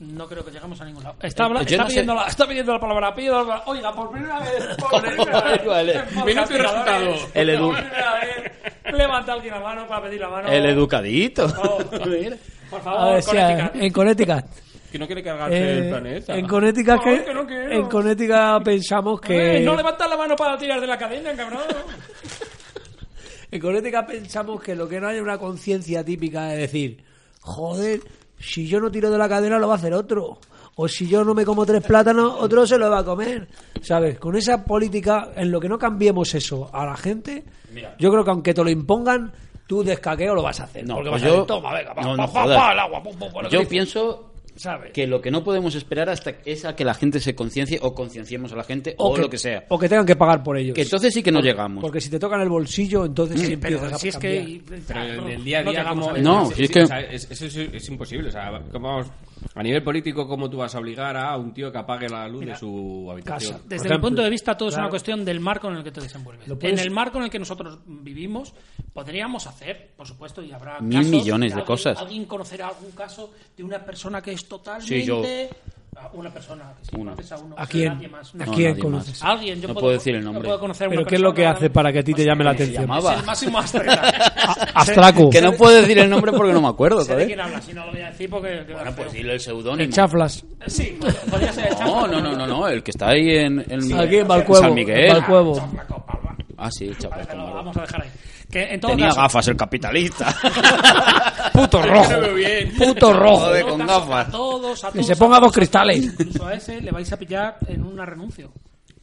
Speaker 2: No creo que llegamos a ningún lado. Está, habla-
Speaker 1: Pues Yo
Speaker 2: está
Speaker 1: no sé-
Speaker 2: pidiendo, la, está pidiendo la palabra, pidiendo la palabra. Oiga, por primera vez. Por primera vez.
Speaker 1: Vale.
Speaker 2: en podcast,
Speaker 4: Minuto y resultado.
Speaker 2: tiradores,
Speaker 1: El edu-
Speaker 2: Por primera vez. Levanta alguien la mano para pedir la mano.
Speaker 1: El educadito.
Speaker 5: Oh.
Speaker 2: Por
Speaker 5: A
Speaker 2: favor,
Speaker 5: ver, sí, a-
Speaker 2: Connecticut.
Speaker 5: Ah, en Connecticut.
Speaker 4: Que no quiere cargarse el
Speaker 5: Eh,
Speaker 4: planeta.
Speaker 5: en Connecticut,
Speaker 2: Por favor,
Speaker 5: que-
Speaker 2: que no quiero.
Speaker 5: en Connecticut pensamos que...
Speaker 2: Eh, no levantas la mano para tirar de la cadena, cabrón.
Speaker 5: En Connecticut pensamos que lo que no hay es una conciencia típica de decir, joder, si yo no tiro de la cadena lo va a hacer otro. O si yo no me como tres plátanos, otro se lo va a comer. ¿Sabes? Con esa política, en lo que no cambiemos eso a la gente, yo creo que aunque te lo impongan, tú descaqueo lo vas a hacer.
Speaker 1: No,
Speaker 5: porque
Speaker 1: pues
Speaker 5: vas
Speaker 1: yo-
Speaker 5: a decir, toma, venga, va,
Speaker 1: no,
Speaker 5: va,
Speaker 1: no
Speaker 5: va,
Speaker 1: jodas.
Speaker 5: va, al agua, pum, pum, pum,
Speaker 1: Yo
Speaker 5: grifo".
Speaker 1: pienso
Speaker 5: ¿Sabes?
Speaker 1: que lo que no podemos esperar hasta es a que la gente se conciencie o concienciemos a la gente o, lo que sea.
Speaker 5: O que tengan que pagar por ellos.
Speaker 1: Que entonces Mm, sí que no
Speaker 5: Porque-
Speaker 1: llegamos.
Speaker 5: Porque si te tocan el bolsillo, entonces sí empiezas
Speaker 2: Pero
Speaker 5: a
Speaker 2: si es
Speaker 5: cambiar.
Speaker 2: que.
Speaker 4: Pero en el día a
Speaker 2: no
Speaker 4: día,
Speaker 2: llegamos
Speaker 4: ¿cómo-
Speaker 2: a
Speaker 1: ver. No,
Speaker 4: sí,
Speaker 1: si es
Speaker 4: sí,
Speaker 1: que-
Speaker 4: o sea, es- eso es, es imposible. O sea, ¿cómo vamos- a nivel político, ¿cómo tú vas a obligar a un tío que apague la luz de su habitación?
Speaker 5: casa.
Speaker 2: Desde
Speaker 5: Por
Speaker 2: mi
Speaker 5: ejemplo,
Speaker 2: punto de vista, todo es
Speaker 5: claro.
Speaker 2: una cuestión del marco en el que te desenvuelves.
Speaker 5: Lo puedes-
Speaker 2: En el marco en el que nosotros vivimos, podríamos hacer, por supuesto, y habrá
Speaker 1: Mil
Speaker 2: casos,
Speaker 1: millones de
Speaker 2: alguien-
Speaker 1: cosas.
Speaker 2: Alguien conocerá algún caso de una persona que es totalmente.
Speaker 1: Sí, yo.
Speaker 2: Ah, Una persona. Que si
Speaker 1: Una.
Speaker 2: conoces a uno,
Speaker 5: ¿A
Speaker 2: o sea,
Speaker 5: quién?
Speaker 2: nadie más,
Speaker 5: ¿A
Speaker 2: no.
Speaker 5: quién
Speaker 1: nadie
Speaker 5: conoces?
Speaker 1: más.
Speaker 2: Alguien, yo
Speaker 1: No puedo decir el
Speaker 2: yo
Speaker 1: nombre.
Speaker 2: puedo conocer a una
Speaker 5: ¿Pero qué es lo que
Speaker 2: persona-
Speaker 5: hace para que a ti te llame la
Speaker 1: se
Speaker 5: atención?
Speaker 1: llamaba?
Speaker 2: Es el máximo
Speaker 1: Ah,
Speaker 2: atleta.
Speaker 5: Astraco.
Speaker 1: Que no puedo decir el nombre porque no me acuerdo,
Speaker 2: sé
Speaker 1: pues
Speaker 2: de
Speaker 1: joder.
Speaker 2: quién habla, si no lo voy a decir porque.
Speaker 1: Bueno, pues dile el
Speaker 5: El
Speaker 1: seudónimo.
Speaker 5: chaflas.
Speaker 2: Sí, bueno, podría ser el
Speaker 1: No,
Speaker 2: Chapo,
Speaker 1: no, no, no, no, el que está ahí en, en
Speaker 5: Aquí en
Speaker 1: San
Speaker 5: Valcuevo.
Speaker 1: Miguel.
Speaker 5: En Valcuevo.
Speaker 2: Chapo, Chapo, Palma.
Speaker 1: Ah, sí, chaval.
Speaker 2: Vale, lo vamos a dejar ahí. Que en todo
Speaker 1: Tenía
Speaker 2: caso,
Speaker 1: gafas el capitalista.
Speaker 5: Puto rojo. Puto rojo.
Speaker 1: Joder,
Speaker 2: en todo
Speaker 1: con
Speaker 2: caso,
Speaker 1: gafas.
Speaker 2: A todos, a
Speaker 5: Que
Speaker 2: todos,
Speaker 5: se
Speaker 2: a
Speaker 5: ponga
Speaker 2: todos,
Speaker 5: dos cristales.
Speaker 2: Incluso a ese le vais a pillar en una renuncio.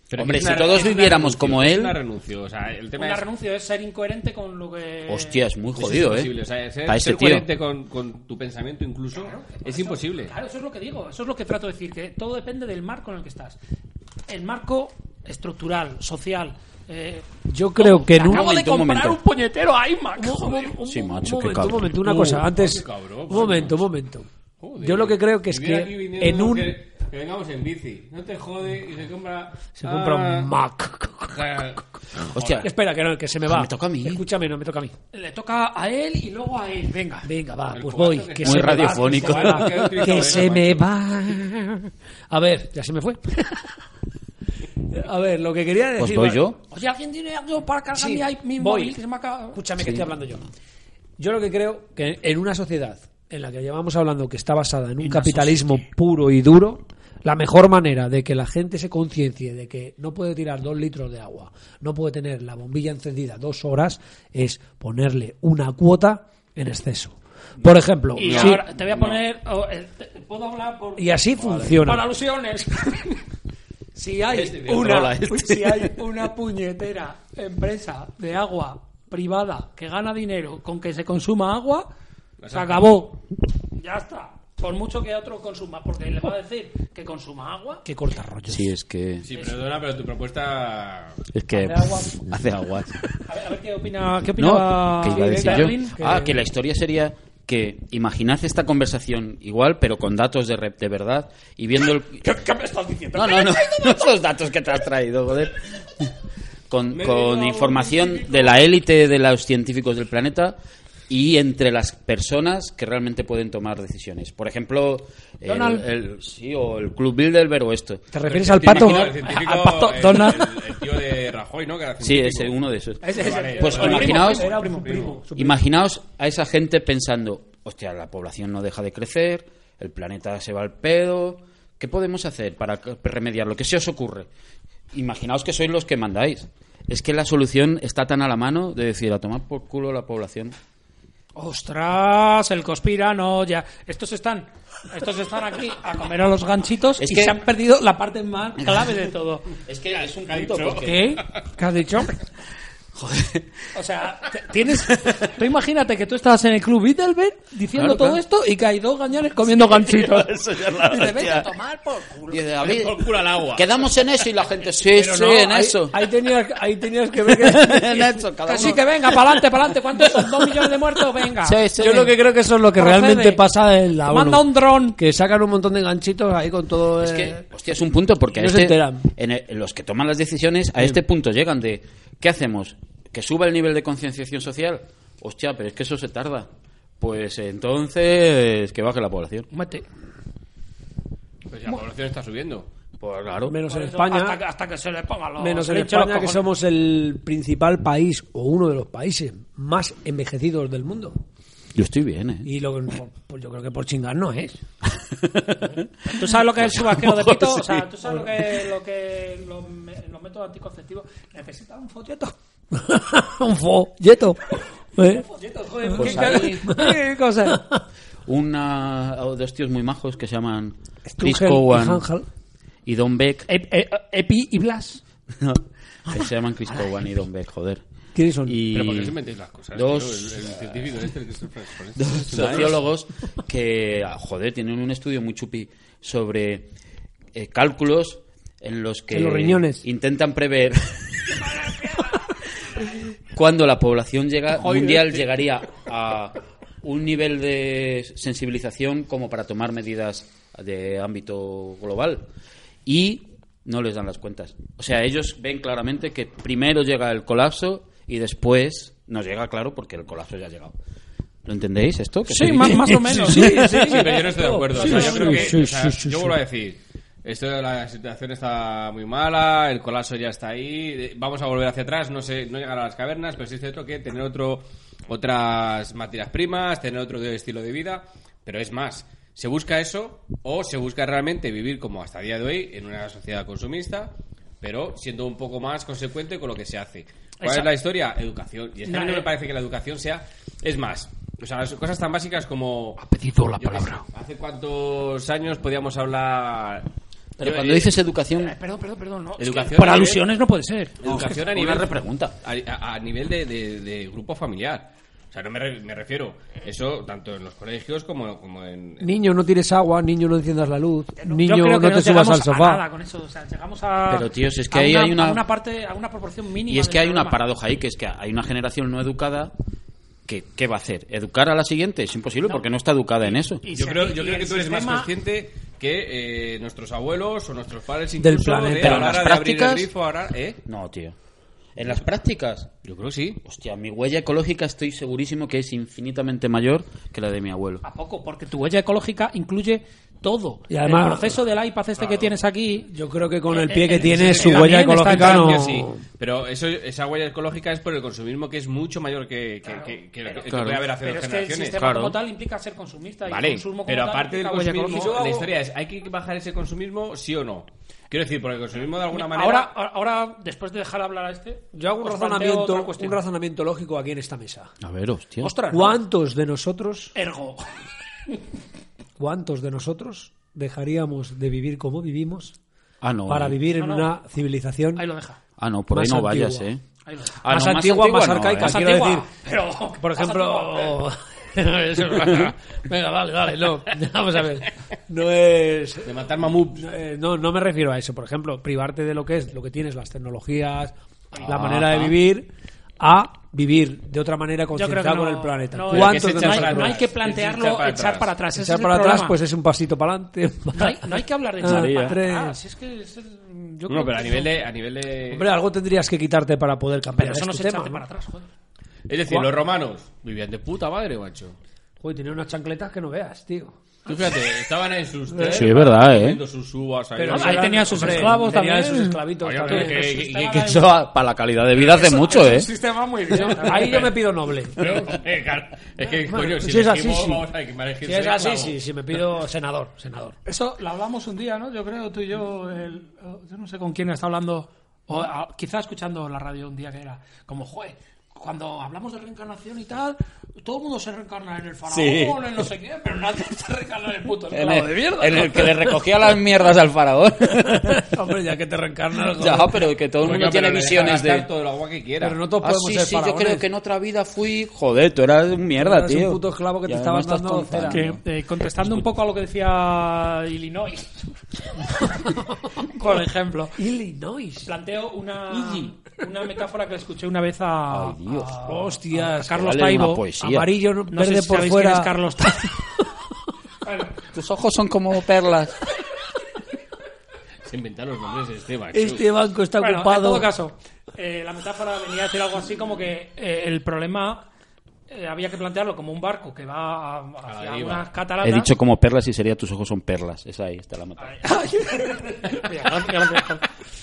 Speaker 4: Pero
Speaker 1: Hombre,
Speaker 4: es
Speaker 1: si
Speaker 4: una-
Speaker 1: todos
Speaker 4: es una
Speaker 1: viviéramos
Speaker 4: renuncio,
Speaker 1: como
Speaker 4: es
Speaker 1: él-
Speaker 4: una renuncio. O sea, el tema
Speaker 2: Una
Speaker 4: es-
Speaker 2: renuncio es ser incoherente con lo que.
Speaker 1: Hostia, es muy
Speaker 4: eso es
Speaker 1: jodido,
Speaker 4: imposible.
Speaker 1: eh.
Speaker 4: O sea, ser,
Speaker 1: Para
Speaker 4: ser
Speaker 1: ese tío.
Speaker 4: coherente con, con tu pensamiento incluso es imposible.
Speaker 2: Claro, eso es lo que digo, eso es lo que trato de decir, que todo depende del marco en el que estás. El marco estructural, social. eh,
Speaker 5: Yo creo que en
Speaker 2: acabo
Speaker 5: un-
Speaker 2: de
Speaker 1: momento, un
Speaker 2: comprar
Speaker 1: momento.
Speaker 2: un puñetero iMac. joder.
Speaker 1: Sí, macho,
Speaker 5: un
Speaker 1: qué
Speaker 5: momento, un
Speaker 1: cabrón.
Speaker 5: momento, una
Speaker 4: Uh,
Speaker 5: cosa. Antes,
Speaker 4: qué cabrón,
Speaker 5: un
Speaker 4: pues,
Speaker 5: momento, un
Speaker 4: macho.
Speaker 5: momento.
Speaker 4: Joder.
Speaker 5: Yo lo que creo que es
Speaker 4: Y
Speaker 5: que
Speaker 4: mira aquí viniendo
Speaker 5: en un
Speaker 4: Que, que vengamos en bici. No te jode y se compra...
Speaker 5: se compra
Speaker 4: Ah,
Speaker 5: un Mac.
Speaker 4: ja,
Speaker 1: Hostia,
Speaker 5: Espera, que no, que se me
Speaker 1: Ah,
Speaker 5: va.
Speaker 1: me toca a mí.
Speaker 5: Escúchame, no me toca a mí.
Speaker 2: Le toca a él y luego a él, venga.
Speaker 5: Venga, va,
Speaker 4: El
Speaker 5: pues
Speaker 4: cuarto
Speaker 5: voy.
Speaker 4: que
Speaker 5: Que
Speaker 1: Muy
Speaker 5: se me va,
Speaker 1: radiofónico.
Speaker 5: que se me va,
Speaker 4: Que ha utilizado
Speaker 5: Que
Speaker 4: eso,
Speaker 5: se me va. A ver, ya se me fue. A ver, lo que quería
Speaker 1: pues
Speaker 5: decir.
Speaker 1: voy
Speaker 5: va-
Speaker 1: yo.
Speaker 2: Oye, ¿alguien tiene algo para cargar
Speaker 5: Sí,
Speaker 2: mi, mi
Speaker 5: voy.
Speaker 2: móvil? Que se me ha acabado?
Speaker 5: Escúchame, que estoy hablando yo. Yo lo que creo que en una sociedad en la que llevamos hablando que está basada en un capitalismo puro y duro, la mejor manera de que la gente se conciencie de que no puede tirar dos litros de agua, no puede tener la bombilla encendida dos horas, es ponerle una cuota en exceso. Por ejemplo,
Speaker 2: Y
Speaker 5: sí,
Speaker 2: ahora te voy a poner. oh, eh, te- ¿Puedo hablar por.?
Speaker 5: y así funciona.
Speaker 2: Por alusiones. si, hay
Speaker 1: Hola,
Speaker 2: una,
Speaker 1: este.
Speaker 2: si hay una puñetera empresa de agua privada que gana dinero con que se consuma agua, se acabó. Ya está. Por mucho que otro consuma, porque le va a decir que consuma agua.
Speaker 5: Qué corta rollos.
Speaker 1: Sí, es que.
Speaker 4: Sí, perdona, pero tu propuesta...
Speaker 1: Es que.
Speaker 2: Hace agua.
Speaker 1: pff, Hace aguas.
Speaker 2: A ver, a ver qué opina. ¿Qué
Speaker 1: No,
Speaker 2: opinaba
Speaker 1: que iba a decir
Speaker 2: Berlín?
Speaker 1: yo. Ah, que la historia sería que imaginad esta conversación igual, pero con datos de, re- de verdad y viendo el.
Speaker 2: ¿Qué, qué me estás diciendo?
Speaker 1: No, no, no, no esos datos que te has traído, joder. Con,
Speaker 4: Me he
Speaker 1: con
Speaker 4: ido a un
Speaker 1: información
Speaker 4: científico.
Speaker 1: de la élite de los científicos del planeta y entre las personas que realmente pueden tomar decisiones. Por ejemplo, el,
Speaker 5: Donald.
Speaker 1: el- sí, o el Club Bilderberg o esto.
Speaker 5: ¿Te refieres al pato?
Speaker 4: El científico-
Speaker 5: Al pato
Speaker 4: el-
Speaker 5: Donald.
Speaker 4: El, el tío de Rajoy, ¿no? Que era
Speaker 1: Sí, es
Speaker 4: científico.
Speaker 1: uno de esos.
Speaker 2: Ese- ese-
Speaker 4: Vale,
Speaker 1: Pues
Speaker 2: su primo,
Speaker 1: imaginaos-
Speaker 2: primo, era un primo, primo.
Speaker 1: Imaginaos a esa gente pensando, hostia, la población no deja de crecer, el planeta se va al pedo, ¿qué podemos hacer para c- remediarlo? ¿Qué se os ocurre? Imaginaos que sois los que mandáis. Es que la solución está tan a la mano de decir, a tomar por culo la población.
Speaker 2: Ostras, el conspirano ya. Estos están, estos están aquí a comer a los ganchitos
Speaker 1: Es
Speaker 2: y
Speaker 1: que-
Speaker 2: se han perdido la parte más clave de todo.
Speaker 1: Es que es un punto
Speaker 2: ¿Qué? ¿Qué has dicho? O sea, te- tienes. Tú imagínate que tú estás en el club Bittelberg diciendo
Speaker 1: Claro,
Speaker 2: todo
Speaker 1: claro.
Speaker 2: esto y que hay dos gañanes comiendo ganchitos.
Speaker 1: Eso ya es la
Speaker 2: Y te vete a
Speaker 1: hostia.
Speaker 2: tomar por culo.
Speaker 1: Dice, "A mí-
Speaker 4: Por culo al agua.
Speaker 1: Quedamos en eso y la gente, sí, sí,
Speaker 5: No,
Speaker 1: en
Speaker 5: ahí-
Speaker 1: eso.
Speaker 5: Ahí tenías, ahí tenías que ver que...
Speaker 1: en eso, cada
Speaker 2: Así
Speaker 1: uno.
Speaker 2: que venga, para adelante, para adelante. ¿Cuántos son? ¿Dos millones de muertos? Venga.
Speaker 1: Sí, sí.
Speaker 5: Yo lo que creo que eso es lo que
Speaker 2: Procede.
Speaker 5: realmente pasa en la ONU.
Speaker 2: Manda un dron.
Speaker 5: Que sacan un montón de ganchitos ahí con todo...
Speaker 1: Es
Speaker 5: eh,
Speaker 1: que, hostia, es un punto porque a
Speaker 5: No se
Speaker 1: este-
Speaker 5: enteran.
Speaker 1: en el- en los que toman las decisiones a este punto llegan de, ¿qué hacemos? ¿Que suba el nivel de concienciación social? Hostia, pero es que eso se tarda. Pues entonces, que baje la población.
Speaker 2: Mate.
Speaker 4: Pues la población está subiendo.
Speaker 1: Pues claro.
Speaker 5: Menos en
Speaker 2: Eso,
Speaker 5: España.
Speaker 2: Hasta, que- hasta que se le ponga los
Speaker 5: Menos en
Speaker 2: hinche los
Speaker 5: España, que
Speaker 2: cojones.
Speaker 5: somos el principal país o uno de los países más envejecidos del mundo.
Speaker 1: Yo estoy bien, ¿eh?
Speaker 5: Y lo que, por- por- yo creo que por chingar no es. Pues
Speaker 2: ¿Tú sabes lo que es el chubasquero de pito? O sea,
Speaker 1: Sí.
Speaker 2: ¿tú sabes lo que, lo que los, me- los métodos anticonceptivos necesitan un folleto?
Speaker 5: un folleto. ¿eh?
Speaker 2: Folleto, joder,
Speaker 1: Pues
Speaker 2: ¿qué-
Speaker 1: ahí-
Speaker 2: qué cosa?
Speaker 1: Una, o dos tíos muy majos que se llaman Chris
Speaker 5: Stungel y
Speaker 1: Cowan
Speaker 5: Hangel.
Speaker 1: y Don Beck.
Speaker 2: Epi y Blas.
Speaker 1: No, que se llaman Chris Cowan y Don Beck, joder.
Speaker 5: ¿Quiénes son?
Speaker 1: Y
Speaker 4: Pero ¿por qué os inventáis las cosas?
Speaker 1: dos-
Speaker 4: tío? el, el científico este, el Christopher Frank,
Speaker 1: dos
Speaker 4: ¿sabes?
Speaker 1: sociólogos que, ah, joder, tienen un estudio muy chupi sobre eh, cálculos en los que
Speaker 5: En los riñones.
Speaker 1: intentan prever cuando la población llega, mundial llegaría a un nivel de sensibilización como para tomar medidas de ámbito global y no les dan las cuentas. O sea, ellos ven claramente que primero llega el colapso y después no llega, claro, porque el colapso ya ha llegado. ¿Lo entendéis esto? que
Speaker 2: Sí,
Speaker 1: estoy
Speaker 2: más,
Speaker 1: diciendo?
Speaker 2: más o menos.
Speaker 5: sí, sí,
Speaker 4: Sí, pero yo no estoy de acuerdo. O sea,
Speaker 5: Sí,
Speaker 4: yo creo que.
Speaker 5: sí,
Speaker 4: o sea,
Speaker 5: sí, sí,
Speaker 4: yo
Speaker 5: sí.
Speaker 4: vuelvo a decir. Esto de la situación está muy mala, el colapso ya está ahí, eh, vamos a volver hacia atrás, no sé, no llegar a las cavernas, pero sí es cierto que tener otro, otras materias primas, tener otro de- estilo de vida, pero es más, se busca eso o se busca realmente vivir como hasta el día de hoy en una sociedad consumista, pero siendo un poco más consecuente con lo que se hace. ¿Cuál es
Speaker 2: Exacto.
Speaker 4: la historia? Educación. Y es que a mí
Speaker 2: No,
Speaker 4: no me
Speaker 2: eh.
Speaker 4: parece que la educación sea, es más, o sea, las cosas tan básicas como
Speaker 2: Pedido la
Speaker 4: yo qué
Speaker 2: palabra.
Speaker 4: sé, ¿Hace cuántos años podíamos hablar?
Speaker 1: Pero
Speaker 4: Yo,
Speaker 1: cuando
Speaker 4: eh,
Speaker 1: dices educación,
Speaker 2: Perdón, perdón, perdón. No.
Speaker 4: Educación
Speaker 2: Por
Speaker 4: a nivel-
Speaker 2: alusiones no puede ser.
Speaker 4: educación a
Speaker 1: Una
Speaker 4: nivel
Speaker 1: repregunta.
Speaker 4: A, a- a nivel de, de- de grupo familiar. O sea, no me, re- me refiero. Eso tanto en los colegios como, como en.
Speaker 5: Niño, no tires agua, niño, no enciendas la luz, niño,
Speaker 2: Eh, Yo creo
Speaker 5: no
Speaker 2: que
Speaker 5: te subas
Speaker 2: llegamos
Speaker 5: al
Speaker 2: a
Speaker 5: sofá.
Speaker 2: nada con eso, o sea, llegamos a-
Speaker 1: Pero, tíos, es que
Speaker 2: a
Speaker 1: ahí hay una-
Speaker 2: a una parte, a una proporción mínima.
Speaker 1: y es
Speaker 2: del
Speaker 1: que hay una
Speaker 2: problema.
Speaker 1: paradoja ahí, que es que hay una generación no educada que ¿qué va a hacer? ¿Educar a la siguiente? Es imposible porque no está educada en eso.
Speaker 2: Y
Speaker 4: Yo
Speaker 2: se-
Speaker 4: creo,
Speaker 2: y-
Speaker 4: yo
Speaker 2: y
Speaker 4: creo
Speaker 2: el
Speaker 4: que tú eres más
Speaker 2: sistema-
Speaker 4: consciente que eh, nuestros abuelos o nuestros padres incluso
Speaker 5: Del planeta.
Speaker 4: de,
Speaker 1: Pero
Speaker 4: a la
Speaker 1: las
Speaker 4: hora de abrir el
Speaker 1: prácticas-
Speaker 4: grifo ahora, ¿eh?
Speaker 1: No, tío. En las prácticas,
Speaker 4: Yo creo que sí.
Speaker 1: hostia, mi huella ecológica estoy segurísimo que es infinitamente mayor que la de mi abuelo.
Speaker 2: ¿A poco? Porque tu huella ecológica incluye todo.
Speaker 5: Y
Speaker 2: el
Speaker 5: además-
Speaker 2: proceso del iPad este que tienes aquí.
Speaker 5: Yo creo que con el
Speaker 2: Eh,
Speaker 5: pie que
Speaker 2: eh,
Speaker 5: tiene,
Speaker 2: eh,
Speaker 5: su
Speaker 2: también
Speaker 5: huella
Speaker 2: está
Speaker 5: ecológica
Speaker 2: en
Speaker 5: no...
Speaker 4: Francia sí, pero eso, esa huella ecológica es por el consumismo que es mucho mayor que, que, que- que lo que- que
Speaker 1: Claro.
Speaker 4: puede haber hace
Speaker 2: Pero
Speaker 4: dos
Speaker 2: es que el
Speaker 4: generaciones.
Speaker 2: sistema
Speaker 1: claro.
Speaker 2: como tal implica ser consumista. y el
Speaker 4: Vale,
Speaker 2: consumo como
Speaker 4: pero
Speaker 2: tal
Speaker 4: aparte del
Speaker 2: implica huella
Speaker 4: consumismo,
Speaker 2: ecológica.
Speaker 4: la historia es, ¿hay que bajar ese consumismo sí o no? Quiero decir, por el consumismo de alguna manera...
Speaker 2: Ahora, ahora, después de dejar hablar a este,
Speaker 5: Yo hago un
Speaker 2: os planteo otra
Speaker 5: razonamiento,
Speaker 2: cuestión.
Speaker 5: un razonamiento lógico aquí en esta mesa.
Speaker 1: A ver, hostia.
Speaker 2: Ostras, no.
Speaker 5: ¿Cuántos de nosotros,
Speaker 2: ergo.
Speaker 5: cuántos de nosotros dejaríamos de vivir como vivimos
Speaker 1: Ah, no.
Speaker 5: para
Speaker 1: eh.
Speaker 5: vivir en
Speaker 2: No, no.
Speaker 5: una civilización
Speaker 2: Ahí lo deja.
Speaker 1: Ah, no, por ahí
Speaker 5: Más
Speaker 1: no
Speaker 5: antigua.
Speaker 1: vayas, eh.
Speaker 2: Ahí lo deja.
Speaker 1: Ah,
Speaker 5: Más
Speaker 1: no,
Speaker 5: antigua, más
Speaker 1: no,
Speaker 5: arcaica,
Speaker 1: eh.
Speaker 2: Más
Speaker 5: quiero
Speaker 2: antigua,
Speaker 5: decir,
Speaker 2: pero
Speaker 5: Por
Speaker 2: más
Speaker 5: ejemplo. Venga, vale, dale, no. Vamos a ver. No es.
Speaker 4: De matar mamut.
Speaker 5: eh, No, no me refiero a eso. Por ejemplo, privarte de lo que es, lo que tienes, las tecnologías, la manera de vivir, a vivir de otra manera
Speaker 2: Yo creo que
Speaker 5: concienciada con
Speaker 2: no-
Speaker 5: el planeta.
Speaker 2: no,
Speaker 4: Pero que
Speaker 5: ¿Cuántos
Speaker 4: se
Speaker 5: de
Speaker 2: no,
Speaker 4: echa
Speaker 2: hay,
Speaker 5: nosotros?
Speaker 4: para
Speaker 2: no hay
Speaker 4: atrás.
Speaker 2: que
Speaker 4: Es echar
Speaker 2: plantearlo
Speaker 4: para
Speaker 2: echar
Speaker 4: atrás.
Speaker 2: para atrás. Ese
Speaker 5: Echar
Speaker 2: es el
Speaker 5: para atrás,
Speaker 2: problema.
Speaker 5: pues es un pasito para adelante.
Speaker 2: no, hay, no hay que hablar de
Speaker 5: Ah,
Speaker 2: echar para
Speaker 5: tres.
Speaker 2: atrás. Es que es el- yo creo
Speaker 4: No, pero a
Speaker 2: que
Speaker 4: nivel
Speaker 2: eso-
Speaker 4: de... A nivel de...
Speaker 5: Hombre, algo tendrías que quitarte para poder cambiar
Speaker 2: Pero eso no
Speaker 5: este
Speaker 2: se
Speaker 5: tema,
Speaker 2: echarte
Speaker 5: ¿no?
Speaker 2: para atrás, joder.
Speaker 4: es decir, los romanos vivían de puta madre, macho.
Speaker 5: Joder, tiene unas chancletas que no veas, tío.
Speaker 4: Tú fíjate, estaban en sus... termas,
Speaker 1: Sí, es verdad, eh.
Speaker 4: comiendo sus uvas ahí.
Speaker 2: Pero
Speaker 4: Oye,
Speaker 2: ahí
Speaker 5: eran-
Speaker 2: tenía sus
Speaker 5: hombre,
Speaker 2: esclavos
Speaker 5: tenía
Speaker 2: también.
Speaker 5: sus esclavitos
Speaker 4: oye,
Speaker 5: también.
Speaker 4: que- que- que-
Speaker 1: Que eso ah, para la calidad de vida hace mucho, eh.
Speaker 2: sistema muy bien.
Speaker 5: Ahí yo me pido noble.
Speaker 4: Pero, eh, claro, es que, coño, si,
Speaker 5: si es así,
Speaker 4: elegimos,
Speaker 5: sí.
Speaker 4: vamos a ver, que me elegir
Speaker 5: Si es así,
Speaker 4: esclavo.
Speaker 5: sí, si me pido senador, senador.
Speaker 2: Eso lo hablamos un día, ¿no? Yo creo, tú y yo, el- yo no sé con quién está hablando, o a- quizá escuchando la radio un día que era, como, joder, cuando hablamos de reencarnación y tal, todo el mundo se reencarna en el faraón,
Speaker 1: Sí.
Speaker 2: en no sé qué, pero nadie se reencarna en el puto
Speaker 1: En
Speaker 2: esclavo
Speaker 1: el,
Speaker 2: de mierda.
Speaker 1: en el que le recogía las mierdas al faraón.
Speaker 5: Hombre, ya que te reencarnas.
Speaker 1: ya, pero que todo el
Speaker 4: Coño,
Speaker 1: mundo tiene
Speaker 4: pero le deja
Speaker 1: visiones de...
Speaker 4: gastar todo el agua que quiera.
Speaker 5: Pero no todos
Speaker 1: Ah,
Speaker 5: podemos
Speaker 1: sí,
Speaker 5: ser
Speaker 1: sí, yo
Speaker 5: faraones.
Speaker 1: creo que en otra vida fui... Joder, tú eras un mierda,
Speaker 5: Eras un
Speaker 1: tío.
Speaker 5: puto esclavo que te
Speaker 1: Ya,
Speaker 5: estaba
Speaker 1: no estás
Speaker 5: dando
Speaker 1: tonta,
Speaker 5: cera.
Speaker 1: tío.
Speaker 2: Que, eh, contestando un poco a lo que decía Illinois, por ejemplo,
Speaker 5: Illinois.
Speaker 2: planteo una, una metáfora que le escuché una vez a,
Speaker 1: Ay, Dios.
Speaker 2: a-
Speaker 5: Hostias,
Speaker 2: a Carlos
Speaker 1: Vale, una
Speaker 2: Taibo.
Speaker 1: poesía.
Speaker 5: Amarillo, no-
Speaker 2: No sé
Speaker 5: verde
Speaker 2: si
Speaker 5: por
Speaker 2: sabéis quién
Speaker 5: fuera.
Speaker 2: es Carlos Taibo. Bueno,
Speaker 1: Tus ojos son como perlas.
Speaker 4: Se inventan los nombres este, macho.
Speaker 5: Este banco está
Speaker 2: bueno, en
Speaker 5: ocupado.
Speaker 2: todo caso, eh, la metáfora venía a decir algo así como que eh, el problema eh, había que plantearlo como un barco que va a- hacia
Speaker 4: deriva.
Speaker 2: unas
Speaker 1: He
Speaker 2: cataratas.
Speaker 1: dicho como perlas y sería tus ojos son perlas. Esa ahí está la metáfora.
Speaker 2: Mira, gracias, gracias.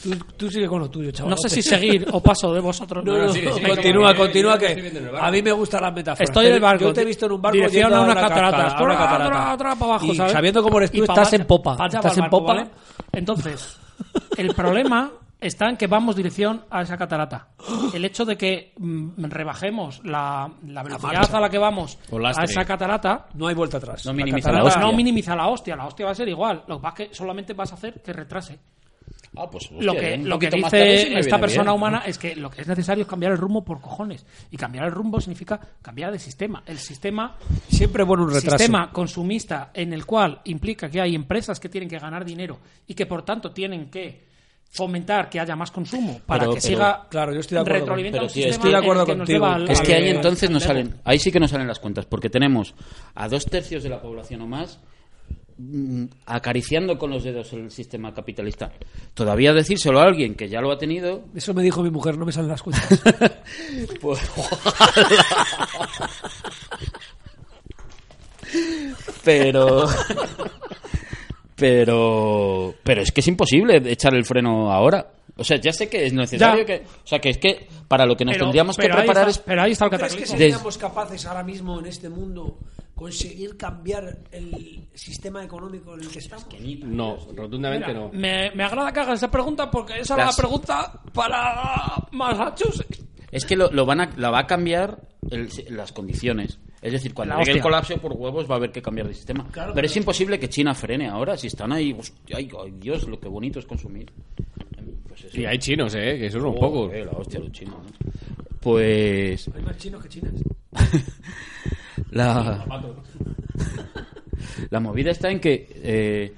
Speaker 5: Tú, tú sigue con lo tuyo, chaval.
Speaker 2: No sé si seguir o paso de vosotros.
Speaker 5: No, no,
Speaker 4: sí, sí,
Speaker 5: continúa,
Speaker 4: sí, sí,
Speaker 5: continúa
Speaker 4: sí, sí, sí,
Speaker 5: que
Speaker 4: sí, sí,
Speaker 5: a mí me gustan las metáforas.
Speaker 2: Estoy en el barco.
Speaker 5: Yo te he visto en un barco
Speaker 2: Dirección
Speaker 5: yendo
Speaker 2: a una
Speaker 5: la
Speaker 2: catarata.
Speaker 5: a una
Speaker 2: Otra,
Speaker 5: catarata.
Speaker 2: otra, otra para abajo,
Speaker 5: Y
Speaker 2: ¿sabes?
Speaker 5: sabiendo cómo eres
Speaker 2: Y
Speaker 5: tú,
Speaker 2: pa'
Speaker 5: estás
Speaker 2: allá-
Speaker 5: en popa.
Speaker 2: pa' allá va
Speaker 5: Estás
Speaker 2: el
Speaker 5: en
Speaker 2: barco,
Speaker 5: popa.
Speaker 2: ¿vale? Entonces, el problema está en que vamos dirección a esa catarata. El hecho de que mm, rebajemos la, la velocidad
Speaker 5: marcha.
Speaker 2: a la que vamos
Speaker 4: O
Speaker 2: a
Speaker 4: lastre.
Speaker 2: esa catarata
Speaker 5: No hay vuelta atrás.
Speaker 1: No
Speaker 5: La
Speaker 1: minimiza
Speaker 5: catarata-
Speaker 1: la hostia.
Speaker 2: no minimiza la hostia, la hostia va a ser igual. Lo que pasa es que solamente vas a hacer que retrase.
Speaker 1: Ah, pues
Speaker 2: lo
Speaker 1: hostia,
Speaker 2: que,
Speaker 1: un
Speaker 2: lo que
Speaker 1: poquito más
Speaker 2: dice
Speaker 1: tarde sí me
Speaker 2: esta
Speaker 1: viene
Speaker 2: persona
Speaker 1: bien.
Speaker 2: humana es que lo que es necesario es cambiar el rumbo por cojones. Y cambiar el rumbo significa cambiar de sistema. El sistema,
Speaker 5: Siempre bueno un retraso.
Speaker 2: sistema consumista en el cual implica que hay empresas que tienen que ganar dinero y que por tanto tienen que fomentar que haya más consumo para
Speaker 1: Pero-
Speaker 2: que
Speaker 1: pero-
Speaker 2: siga
Speaker 5: claro, yo estoy de acuerdo
Speaker 2: retroalimentando
Speaker 1: con- pero, tío,
Speaker 2: un sistema
Speaker 1: estoy de
Speaker 2: en el
Speaker 5: acuerdo
Speaker 2: que nos
Speaker 5: contigo.
Speaker 2: lleva al-
Speaker 1: Es que
Speaker 2: al-
Speaker 1: ahí entonces no
Speaker 2: al demo.
Speaker 1: salen, ahí sí que no salen las cuentas, porque tenemos a dos tercios de la población o más mm, acariciando con los dedos el sistema capitalista. Todavía decírselo a alguien que ya lo ha tenido,
Speaker 5: Eso me dijo mi mujer, no me salen las cuentas.
Speaker 1: pues pero pero pero es que es imposible echar el freno ahora. O sea, ya sé que es necesario
Speaker 2: Ya.
Speaker 1: que, o sea, que es que para lo que nos
Speaker 2: Pero-
Speaker 1: tendríamos
Speaker 2: pero
Speaker 1: que
Speaker 2: ahí
Speaker 1: preparar
Speaker 2: está-
Speaker 1: es
Speaker 2: pero ahí está el
Speaker 3: ¿Crees que
Speaker 2: cataclismo.
Speaker 1: Des-
Speaker 3: seríamos capaces ahora mismo en este mundo conseguir cambiar el sistema económico en el que estamos?
Speaker 4: No, rotundamente no.
Speaker 2: Me, me agrada que hagas esa pregunta porque esa
Speaker 1: Las-
Speaker 2: es la pregunta para Massachusetts.
Speaker 1: Es que lo, lo van a, la va a cambiar el- las condiciones. Es decir, cuando
Speaker 2: La
Speaker 1: llegue el
Speaker 2: hostia.
Speaker 1: colapso por huevos va a haber que cambiar de sistema. pero, es imposible que China frene ahora. Si están ahí, hostia, ay, ay, Dios, lo que bonito es consumir. Pues eso.
Speaker 4: Y hay chinos, ¿eh? Que son unos
Speaker 5: Oh,
Speaker 1: Joder,
Speaker 4: pocos.
Speaker 1: la hostia, los chinos. ¿no? Pues
Speaker 3: Hay más chinos que chinas.
Speaker 1: la, la movida está en que, eh,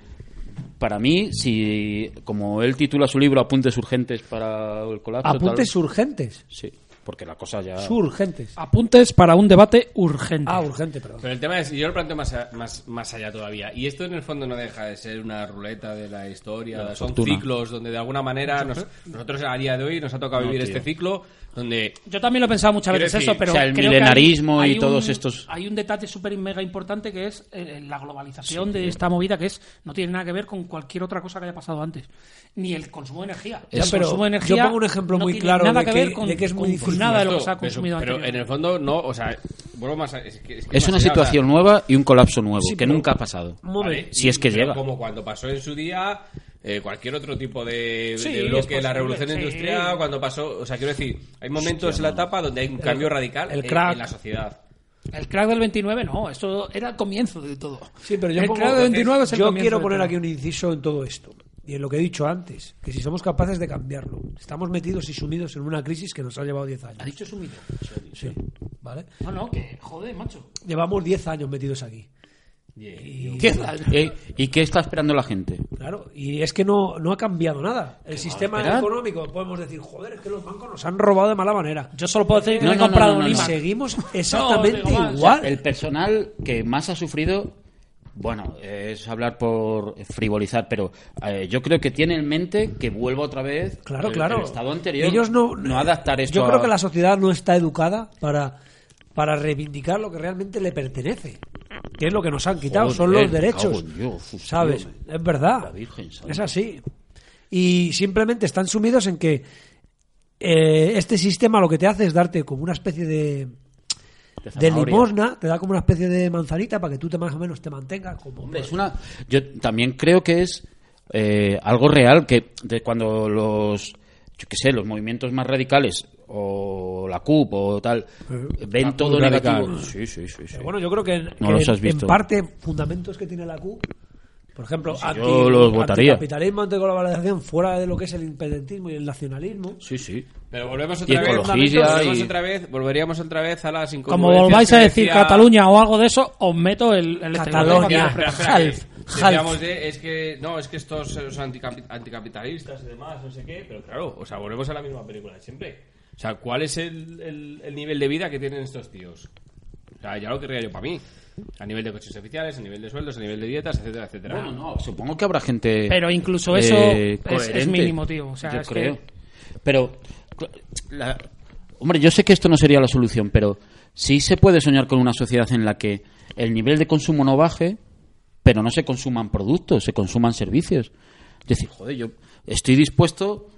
Speaker 1: para mí, si como él titula su libro Apuntes urgentes para el colapso,
Speaker 5: Apuntes
Speaker 1: tal-
Speaker 5: urgentes.
Speaker 1: sí, porque la cosa ya
Speaker 5: Surgentes.
Speaker 2: Apuntes para un debate urgente.
Speaker 5: Ah, urgente, perdón.
Speaker 4: Pero el tema es, yo lo planteo más, a- más, más allá todavía. Y esto en el fondo no deja de ser una ruleta de la historia. son
Speaker 1: fortuna. ¿eh?
Speaker 4: ciclos donde de alguna manera nos- nosotros a día de hoy nos ha tocado vivir este ciclo donde
Speaker 2: Yo también lo he pensado muchas
Speaker 4: Quiero
Speaker 2: veces
Speaker 4: decir,
Speaker 2: eso, pero
Speaker 1: o sea, el
Speaker 2: creo que
Speaker 1: milenarismo y todos
Speaker 2: un-
Speaker 1: estos-
Speaker 2: Hay un detalle súper mega importante que es eh, la globalización de esta movida que es no tiene nada que ver con cualquier otra cosa que haya pasado antes, ni el consumo de energía.
Speaker 5: Ya,
Speaker 2: el
Speaker 5: pero
Speaker 2: consumo de energía
Speaker 5: yo pongo un ejemplo
Speaker 2: no
Speaker 5: muy
Speaker 2: tiene
Speaker 5: claro
Speaker 2: nada
Speaker 5: de
Speaker 2: que,
Speaker 5: que-
Speaker 2: ver con,
Speaker 5: de que es muy
Speaker 2: con
Speaker 5: difícil.
Speaker 2: nada de lo que
Speaker 4: Esto,
Speaker 2: se ha consumido
Speaker 4: eso, Pero en el
Speaker 2: anteriormente.
Speaker 4: fondo no, o sea, vuelvo más a- es, que- que
Speaker 1: es
Speaker 4: más
Speaker 1: una
Speaker 4: allá, o sea,
Speaker 1: situación nueva y un colapso nuevo
Speaker 5: Sí,
Speaker 1: que
Speaker 5: pero-
Speaker 1: nunca ha pasado.
Speaker 4: ¿vale?
Speaker 5: Momento.
Speaker 1: Si
Speaker 4: Y-
Speaker 1: es que
Speaker 4: pero
Speaker 1: llega.
Speaker 4: Como cuando pasó en su día eh, cualquier otro tipo de,
Speaker 2: Sí,
Speaker 4: de
Speaker 2: es
Speaker 4: bloque,
Speaker 2: posible,
Speaker 4: la revolución
Speaker 2: sí.
Speaker 4: industrial, cuando pasó, o sea, quiero decir, hay momentos en la etapa donde hay un cambio radical
Speaker 5: el
Speaker 4: en-
Speaker 5: crack.
Speaker 4: en la sociedad.
Speaker 2: El crack del 29 no, esto era el comienzo de todo.
Speaker 5: Sí, pero yo
Speaker 2: el
Speaker 5: pongo-
Speaker 2: crack del 29 es el
Speaker 5: Yo
Speaker 2: comienzo
Speaker 5: quiero
Speaker 2: de
Speaker 5: poner
Speaker 2: todo.
Speaker 5: aquí un inciso en todo esto. Y en lo que he dicho antes, que si somos capaces de cambiarlo, estamos metidos y sumidos en una crisis que nos ha llevado 10
Speaker 2: Ha
Speaker 5: años.
Speaker 2: dicho sumido.
Speaker 5: Sí, ¿vale?
Speaker 2: No, no, que joder, macho.
Speaker 5: Llevamos 10 años metidos aquí. Y-
Speaker 1: Eh, ¿Y qué está esperando la gente?
Speaker 5: Claro, y es que no, no ha cambiado nada. El sistema
Speaker 1: esperar?
Speaker 5: económico, podemos decir, joder, es que los bancos nos han robado de mala manera.
Speaker 2: Yo solo puedo decir
Speaker 1: No,
Speaker 2: que he
Speaker 1: no, no,
Speaker 2: comprado
Speaker 1: no, no,
Speaker 2: un
Speaker 5: Y
Speaker 1: no.
Speaker 2: iMac.
Speaker 5: seguimos
Speaker 2: No,
Speaker 5: exactamente
Speaker 2: digo mal,
Speaker 5: igual.
Speaker 1: El personal que más ha sufrido, bueno, es hablar por frivolizar, pero eh, yo creo que tiene en mente que vuelva otra vez
Speaker 5: Claro,
Speaker 1: el,
Speaker 5: claro.
Speaker 1: el estado anterior.
Speaker 5: Ellos no,
Speaker 1: adaptar esto
Speaker 5: Yo creo
Speaker 1: a-
Speaker 5: que la sociedad no está educada para, para reivindicar lo que realmente le pertenece. Que es lo que nos han quitado,
Speaker 1: Joder,
Speaker 5: son los
Speaker 1: cago
Speaker 5: derechos.
Speaker 1: en Dios, uf,
Speaker 5: ¿Sabes?
Speaker 1: Dios,
Speaker 5: Es verdad.
Speaker 1: la Virgen Santa.
Speaker 5: es así. Y simplemente están sumidos en que eh, este sistema lo que te hace es darte como una especie de,
Speaker 1: de
Speaker 5: de
Speaker 1: zanahoria.
Speaker 5: limosna, te da como una especie de manzanita para que tú te más o menos te mantengas como
Speaker 1: Hombre, es una. Yo también creo que es eh, algo real que de cuando los, yo qué sé, los movimientos más radicales o la CUP o tal ven
Speaker 4: Eh, La
Speaker 1: todo
Speaker 4: CUP radical.
Speaker 1: negativo. Sí, sí, sí. sí.
Speaker 5: Pero bueno, yo creo que, en,
Speaker 1: No
Speaker 5: que
Speaker 1: los
Speaker 5: en-
Speaker 1: has visto.
Speaker 5: en parte fundamentos que tiene la Q, por ejemplo,
Speaker 1: Si yo los votaría.
Speaker 5: capitalismo, antiglobalización, fuera de lo que es el independentismo y el nacionalismo.
Speaker 1: Sí, sí.
Speaker 4: Pero volvemos otra vez,
Speaker 1: ecología
Speaker 4: volvemos
Speaker 1: y-
Speaker 4: otra vez, volveríamos otra vez a las
Speaker 2: Como
Speaker 4: incongruencias
Speaker 2: volváis a
Speaker 4: que
Speaker 2: decir
Speaker 4: decía-
Speaker 2: Cataluña o algo de eso, os meto el, este el
Speaker 5: Catalonia.
Speaker 4: Espera, espera, espera,
Speaker 5: Half,
Speaker 4: que
Speaker 5: half.
Speaker 4: decíamos de- es que no, es que estos eh, son anticapi- anticapitalistas y demás, no sé qué, pero claro, o sea, volvemos a la misma película de siempre. O sea, ¿cuál es el, el- el nivel de vida que tienen estos tíos? O sea, ya lo querría yo para mí. A nivel de coches oficiales, a nivel de sueldos, a nivel de dietas, etcétera, etcétera.
Speaker 1: Bueno, no, supongo que habrá gente.
Speaker 2: Pero incluso eso
Speaker 1: eh,
Speaker 2: es-
Speaker 1: coherente,
Speaker 2: es mínimo, tío, o sea,
Speaker 1: yo
Speaker 2: es que-
Speaker 1: creo. Pero. cl- la- Hombre, yo sé que esto no sería la solución, pero sí se puede soñar con una sociedad en la que el nivel de consumo no baje, pero no se consuman productos, se consuman servicios. Es decir, joder, yo estoy dispuesto.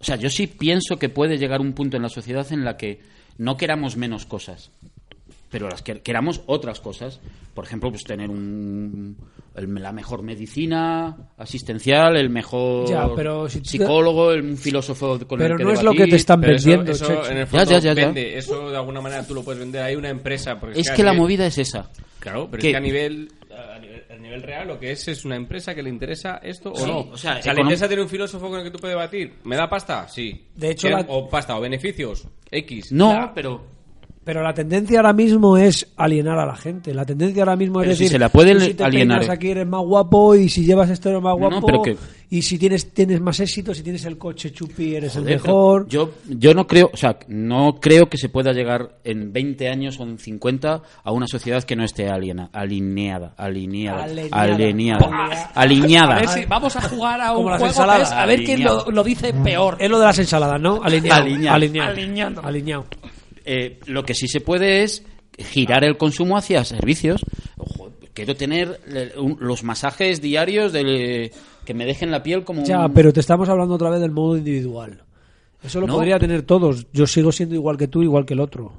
Speaker 1: O sea, yo sí pienso que puede llegar un punto en la sociedad en la que no queramos menos cosas pero las que queramos otras cosas. Por ejemplo, pues tener un, el- la mejor medicina asistencial, el mejor
Speaker 5: Ya, pero si tú-
Speaker 1: psicólogo, el, un filósofo con
Speaker 5: Pero
Speaker 1: el que
Speaker 5: no es lo que te
Speaker 1: debatir.
Speaker 5: están
Speaker 4: Pero eso,
Speaker 5: vendiendo,
Speaker 4: eso,
Speaker 5: Chechu.
Speaker 4: en el fondo
Speaker 1: Ya, ya, ya, ya.
Speaker 4: vende. Eso de alguna manera tú lo puedes vender. Hay una empresa. Porque
Speaker 1: Es
Speaker 4: a
Speaker 1: que la
Speaker 4: nivel-
Speaker 1: movida es esa.
Speaker 4: Claro, pero
Speaker 1: que-
Speaker 4: es que a nivel, a nivel, a nivel nivel real lo que es es una empresa que le interesa esto
Speaker 1: Sí,
Speaker 4: o no.
Speaker 1: o sea,
Speaker 4: le
Speaker 1: econom-
Speaker 4: interesa tener un filósofo con el que tú puedes debatir. ¿Me da pasta? Sí.
Speaker 5: De hecho,
Speaker 4: ¿Qué-
Speaker 5: la-
Speaker 4: O pasta, o beneficios. X.
Speaker 1: No,
Speaker 4: Da.
Speaker 1: pero,
Speaker 5: Pero la tendencia ahora mismo es alienar a la gente. La tendencia ahora mismo es
Speaker 1: Pero si
Speaker 5: decir,
Speaker 1: se la puede
Speaker 5: tú si te
Speaker 1: alienar,
Speaker 5: peinas
Speaker 1: eh.
Speaker 5: aquí eres más guapo y si llevas esto eres más
Speaker 1: No,
Speaker 5: guapo
Speaker 1: no, pero que-
Speaker 5: y si tienes tienes más éxito, si tienes el coche chupi eres
Speaker 1: joder,
Speaker 5: el Pues mejor.
Speaker 1: pero Yo, yo no creo, o sea, no creo que se pueda llegar en 20 años o en 50 a una sociedad que no esté aliena, alineada, alineada,
Speaker 5: Alineada.
Speaker 1: alineada, alineada.
Speaker 2: A ver si- vamos a jugar a un
Speaker 5: Como las
Speaker 2: juego
Speaker 5: ensaladas.
Speaker 2: que es a ver quién lo,
Speaker 1: Alineado.
Speaker 2: lo dice peor.
Speaker 5: Es lo de las ensaladas, ¿no? Alineado.
Speaker 1: Alineado.
Speaker 5: Alineado.
Speaker 2: Alineando.
Speaker 5: Alineado.
Speaker 1: Eh, lo que sí se puede es girar el consumo hacia servicios. Ojo, quiero tener eh, un- los masajes diarios del, que me dejen la piel como
Speaker 5: Ya,
Speaker 1: un-
Speaker 5: pero te estamos hablando otra vez del modo individual. Eso lo
Speaker 1: No.
Speaker 5: podría tener todos. Yo sigo siendo igual que tú, igual que el otro.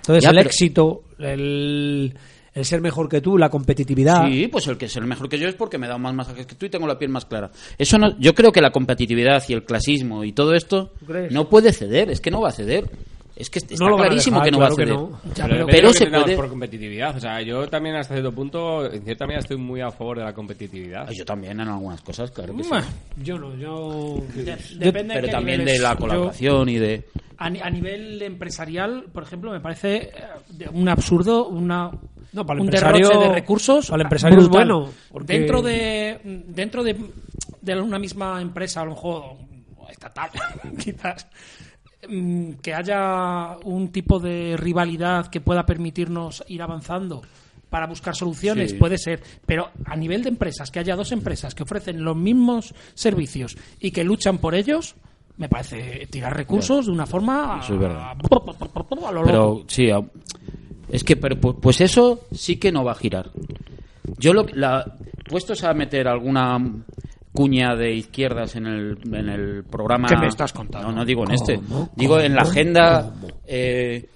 Speaker 5: Entonces,
Speaker 1: Ya,
Speaker 5: el
Speaker 1: pero-
Speaker 5: éxito, el, el ser mejor que tú, la competitividad.
Speaker 1: Sí, pues el que es el mejor que yo es porque me da más masajes que tú y tengo la piel más clara. Eso no, yo creo que la competitividad y el clasismo y todo esto
Speaker 5: crees?
Speaker 1: no puede ceder, es que no va a ceder. Es que está
Speaker 5: lo van a
Speaker 1: clarísimo
Speaker 5: dejar,
Speaker 1: que no
Speaker 5: claro
Speaker 1: va a
Speaker 5: que
Speaker 1: ceder.
Speaker 5: no.
Speaker 2: Ya,
Speaker 4: pero,
Speaker 2: pero-
Speaker 1: pero
Speaker 4: depende de lo que
Speaker 1: se
Speaker 4: tengamos
Speaker 1: puede-
Speaker 4: por competitividad. O sea, yo también hasta cierto punto, en cierta medida, estoy muy a favor de la competitividad.
Speaker 1: Ah, Yo también en algunas cosas, claro que sí.
Speaker 2: Mua.
Speaker 5: Yo no, yo.
Speaker 2: ¿Eh? Depende de
Speaker 1: Pero
Speaker 2: qué
Speaker 1: también
Speaker 2: niveles.
Speaker 1: de la
Speaker 2: Yo-
Speaker 1: colaboración y de...
Speaker 2: a, ni- a nivel empresarial, por ejemplo, me parece eh, de- un absurdo, una,
Speaker 5: No, para el
Speaker 2: un
Speaker 5: empresario-
Speaker 2: derroche de recursos.
Speaker 5: para el empresario es bueno, porque-
Speaker 2: Dentro de Eh, dentro de, de una misma empresa, a lo mejor estatal, quizás, mm, que haya un tipo de rivalidad que pueda permitirnos ir avanzando para buscar soluciones,
Speaker 1: Sí.
Speaker 2: puede ser, pero a nivel de empresas, que haya dos empresas que ofrecen los mismos servicios y que luchan por ellos, me parece tirar recursos de una forma
Speaker 1: Eso es verdad.
Speaker 2: a lo
Speaker 1: Pero
Speaker 2: loco.
Speaker 1: sí, a- es que pero, pu- pues eso sí que no va a girar. Yo lo la, puestos a meter alguna cuña de izquierdas en el, en el programa.
Speaker 2: ¿Qué me estás contando?
Speaker 1: No, no digo en este.
Speaker 5: ¿Cómo?
Speaker 1: Digo en la
Speaker 5: ¿Cómo?
Speaker 1: agenda. eh,